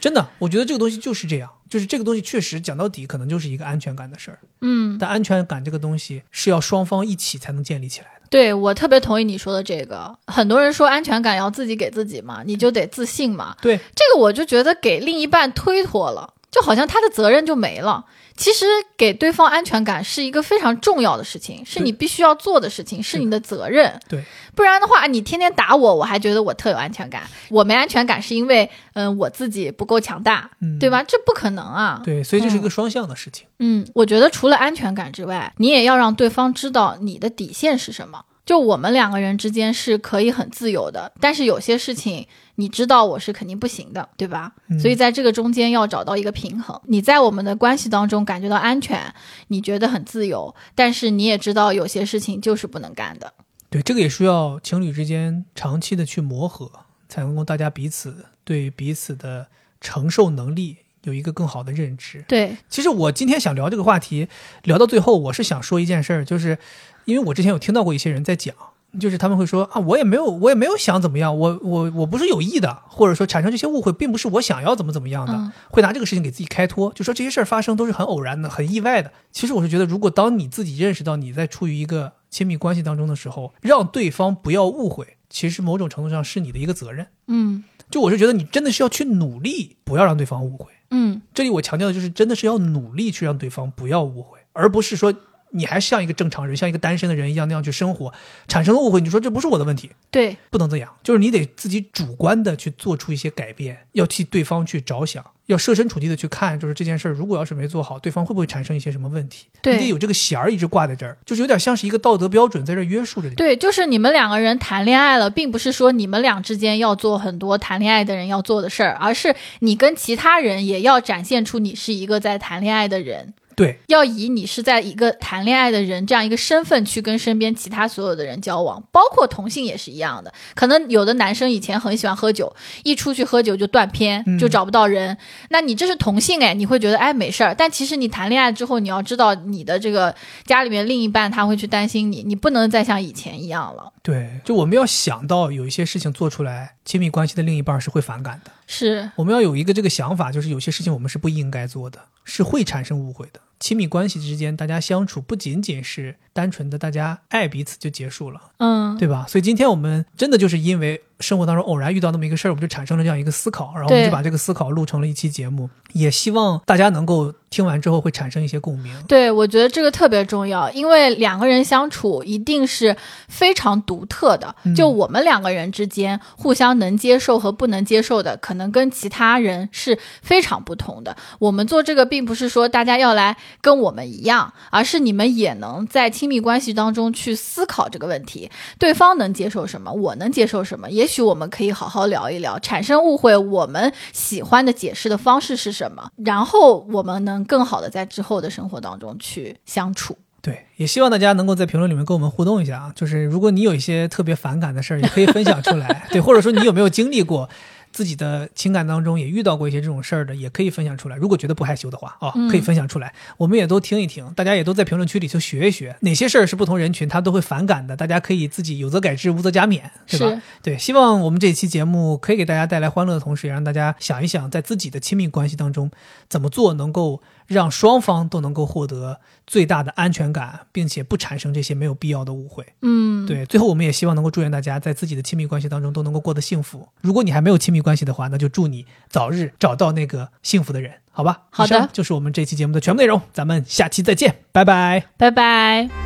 真的，我觉得这个东西就是这样，就是这个东西确实讲到底，可能就是一个安全感的事儿。嗯，但安全感这个东西是要双方一起才能建立起来的。对我特别同意你说的这个。很多人说安全感要自己给自己嘛，你就得自信嘛。对，这个我就觉得给另一半推脱了，就好像他的责任就没了。其实给对方安全感是一个非常重要的事情，是你必须要做的事情，是你的责任。对，不然的话，你天天打我，我还觉得我特有安全感。我没安全感是因为，嗯，我自己不够强大，嗯对吧？这不可能啊。对，所以这是一个双向的事情。嗯，我觉得除了安全感之外，你也要让对方知道你的底线是什么。就我们两个人之间是可以很自由的，但是有些事情你知道我是肯定不行的，对吧？嗯所以在这个中间要找到一个平衡。你在我们的关系当中感觉到安全，你觉得很自由，但是你也知道有些事情就是不能干的。对，这个也需要情侣之间长期的去磨合，才能够大家彼此对彼此的承受能力有一个更好的认知。对，其实我今天想聊这个话题，聊到最后，我是想说一件事儿，就是因为我之前有听到过一些人在讲，就是他们会说啊，我也没有，我也没有想怎么样，我我我不是有意的，或者说产生这些误会，并不是我想要怎么怎么样的，嗯会拿这个事情给自己开脱，就说这些事儿发生都是很偶然的，很意外的。其实我是觉得，如果当你自己认识到你在处于一个亲密关系当中的时候，让对方不要误会，其实某种程度上是你的一个责任。嗯就我是觉得你真的是要去努力，不要让对方误会。嗯，这里我强调的就是，真的是要努力去让对方不要误会，而不是说你还像一个正常人，像一个单身的人一样那样去生活，产生了误会，你说这不是我的问题，对不能这样。就是你得自己主观的去做出一些改变，要替对方去着想，要设身处地的去看，就是这件事儿如果要是没做好，对方会不会产生一些什么问题？对你得有这个弦儿一直挂在这儿，就是有点像是一个道德标准在这儿约束着你。对，就是你们两个人谈恋爱了，并不是说你们俩之间要做很多谈恋爱的人要做的事儿，而是你跟其他人也要展现出你是一个在谈恋爱的人，对要以你是在一个谈恋爱的人这样一个身份去跟身边其他所有的人交往，包括同性也是一样的。可能有的男生以前很喜欢喝酒，一出去喝酒就断片，就嗯找不到人。那你这是同性哎，你会觉得哎没事儿，但其实你谈恋爱之后，你要知道你的这个家里面另一半他会去担心你，你不能再像以前一样了。对，就我们要想到有一些事情做出来，亲密关系的另一半是会反感的。是我们要有一个这个想法，就是有些事情我们是不应该做的，是会产生误会的。亲密关系之间，大家相处不仅仅是单纯的大家爱彼此就结束了，嗯，对吧？所以今天我们真的就是因为生活当中偶然遇到那么一个事儿，我们就产生了这样一个思考，然后我们对就把这个思考录成了一期节目，也希望大家能够听完之后会产生一些共鸣。对，我觉得这个特别重要，因为两个人相处一定是非常独特的。嗯就我们两个人之间互相能接受和不能接受的，可能跟其他人是非常不同的。我们做这个，并不是说大家要来跟我们一样，而是你们也能在亲密关系当中去思考这个问题，对方能接受什么，我能接受什么。也许我们可以好好聊一聊，产生误会，我们喜欢的解释的方式是什么，然后我们能更好的在之后的生活当中去相处。对，也希望大家能够在评论里面跟我们互动一下啊。就是如果你有一些特别反感的事儿，也可以分享出 来。对，或者说你有没有经历过自己的情感当中也遇到过一些这种事儿的，也可以分享出来。如果觉得不害羞的话啊、嗯可以分享出来，我们也都听一听。大家也都在评论区里头学一学，哪些事儿是不同人群他都会反感的，大家可以自己有则改之，无则加勉，对吧是？对，希望我们这期节目可以给大家带来欢乐的同时，也让大家想一想，在自己的亲密关系当中，怎么做能够让双方都能够获得最大的安全感，并且不产生这些没有必要的误会。嗯，对，最后我们也希望能够祝愿大家在自己的亲密关系当中都能够过得幸福。如果你还没有亲密关系的话，那就祝你早日找到那个幸福的人，好吧？好的以上就是我们这期节目的全部内容，咱们下期再见，拜拜。拜拜。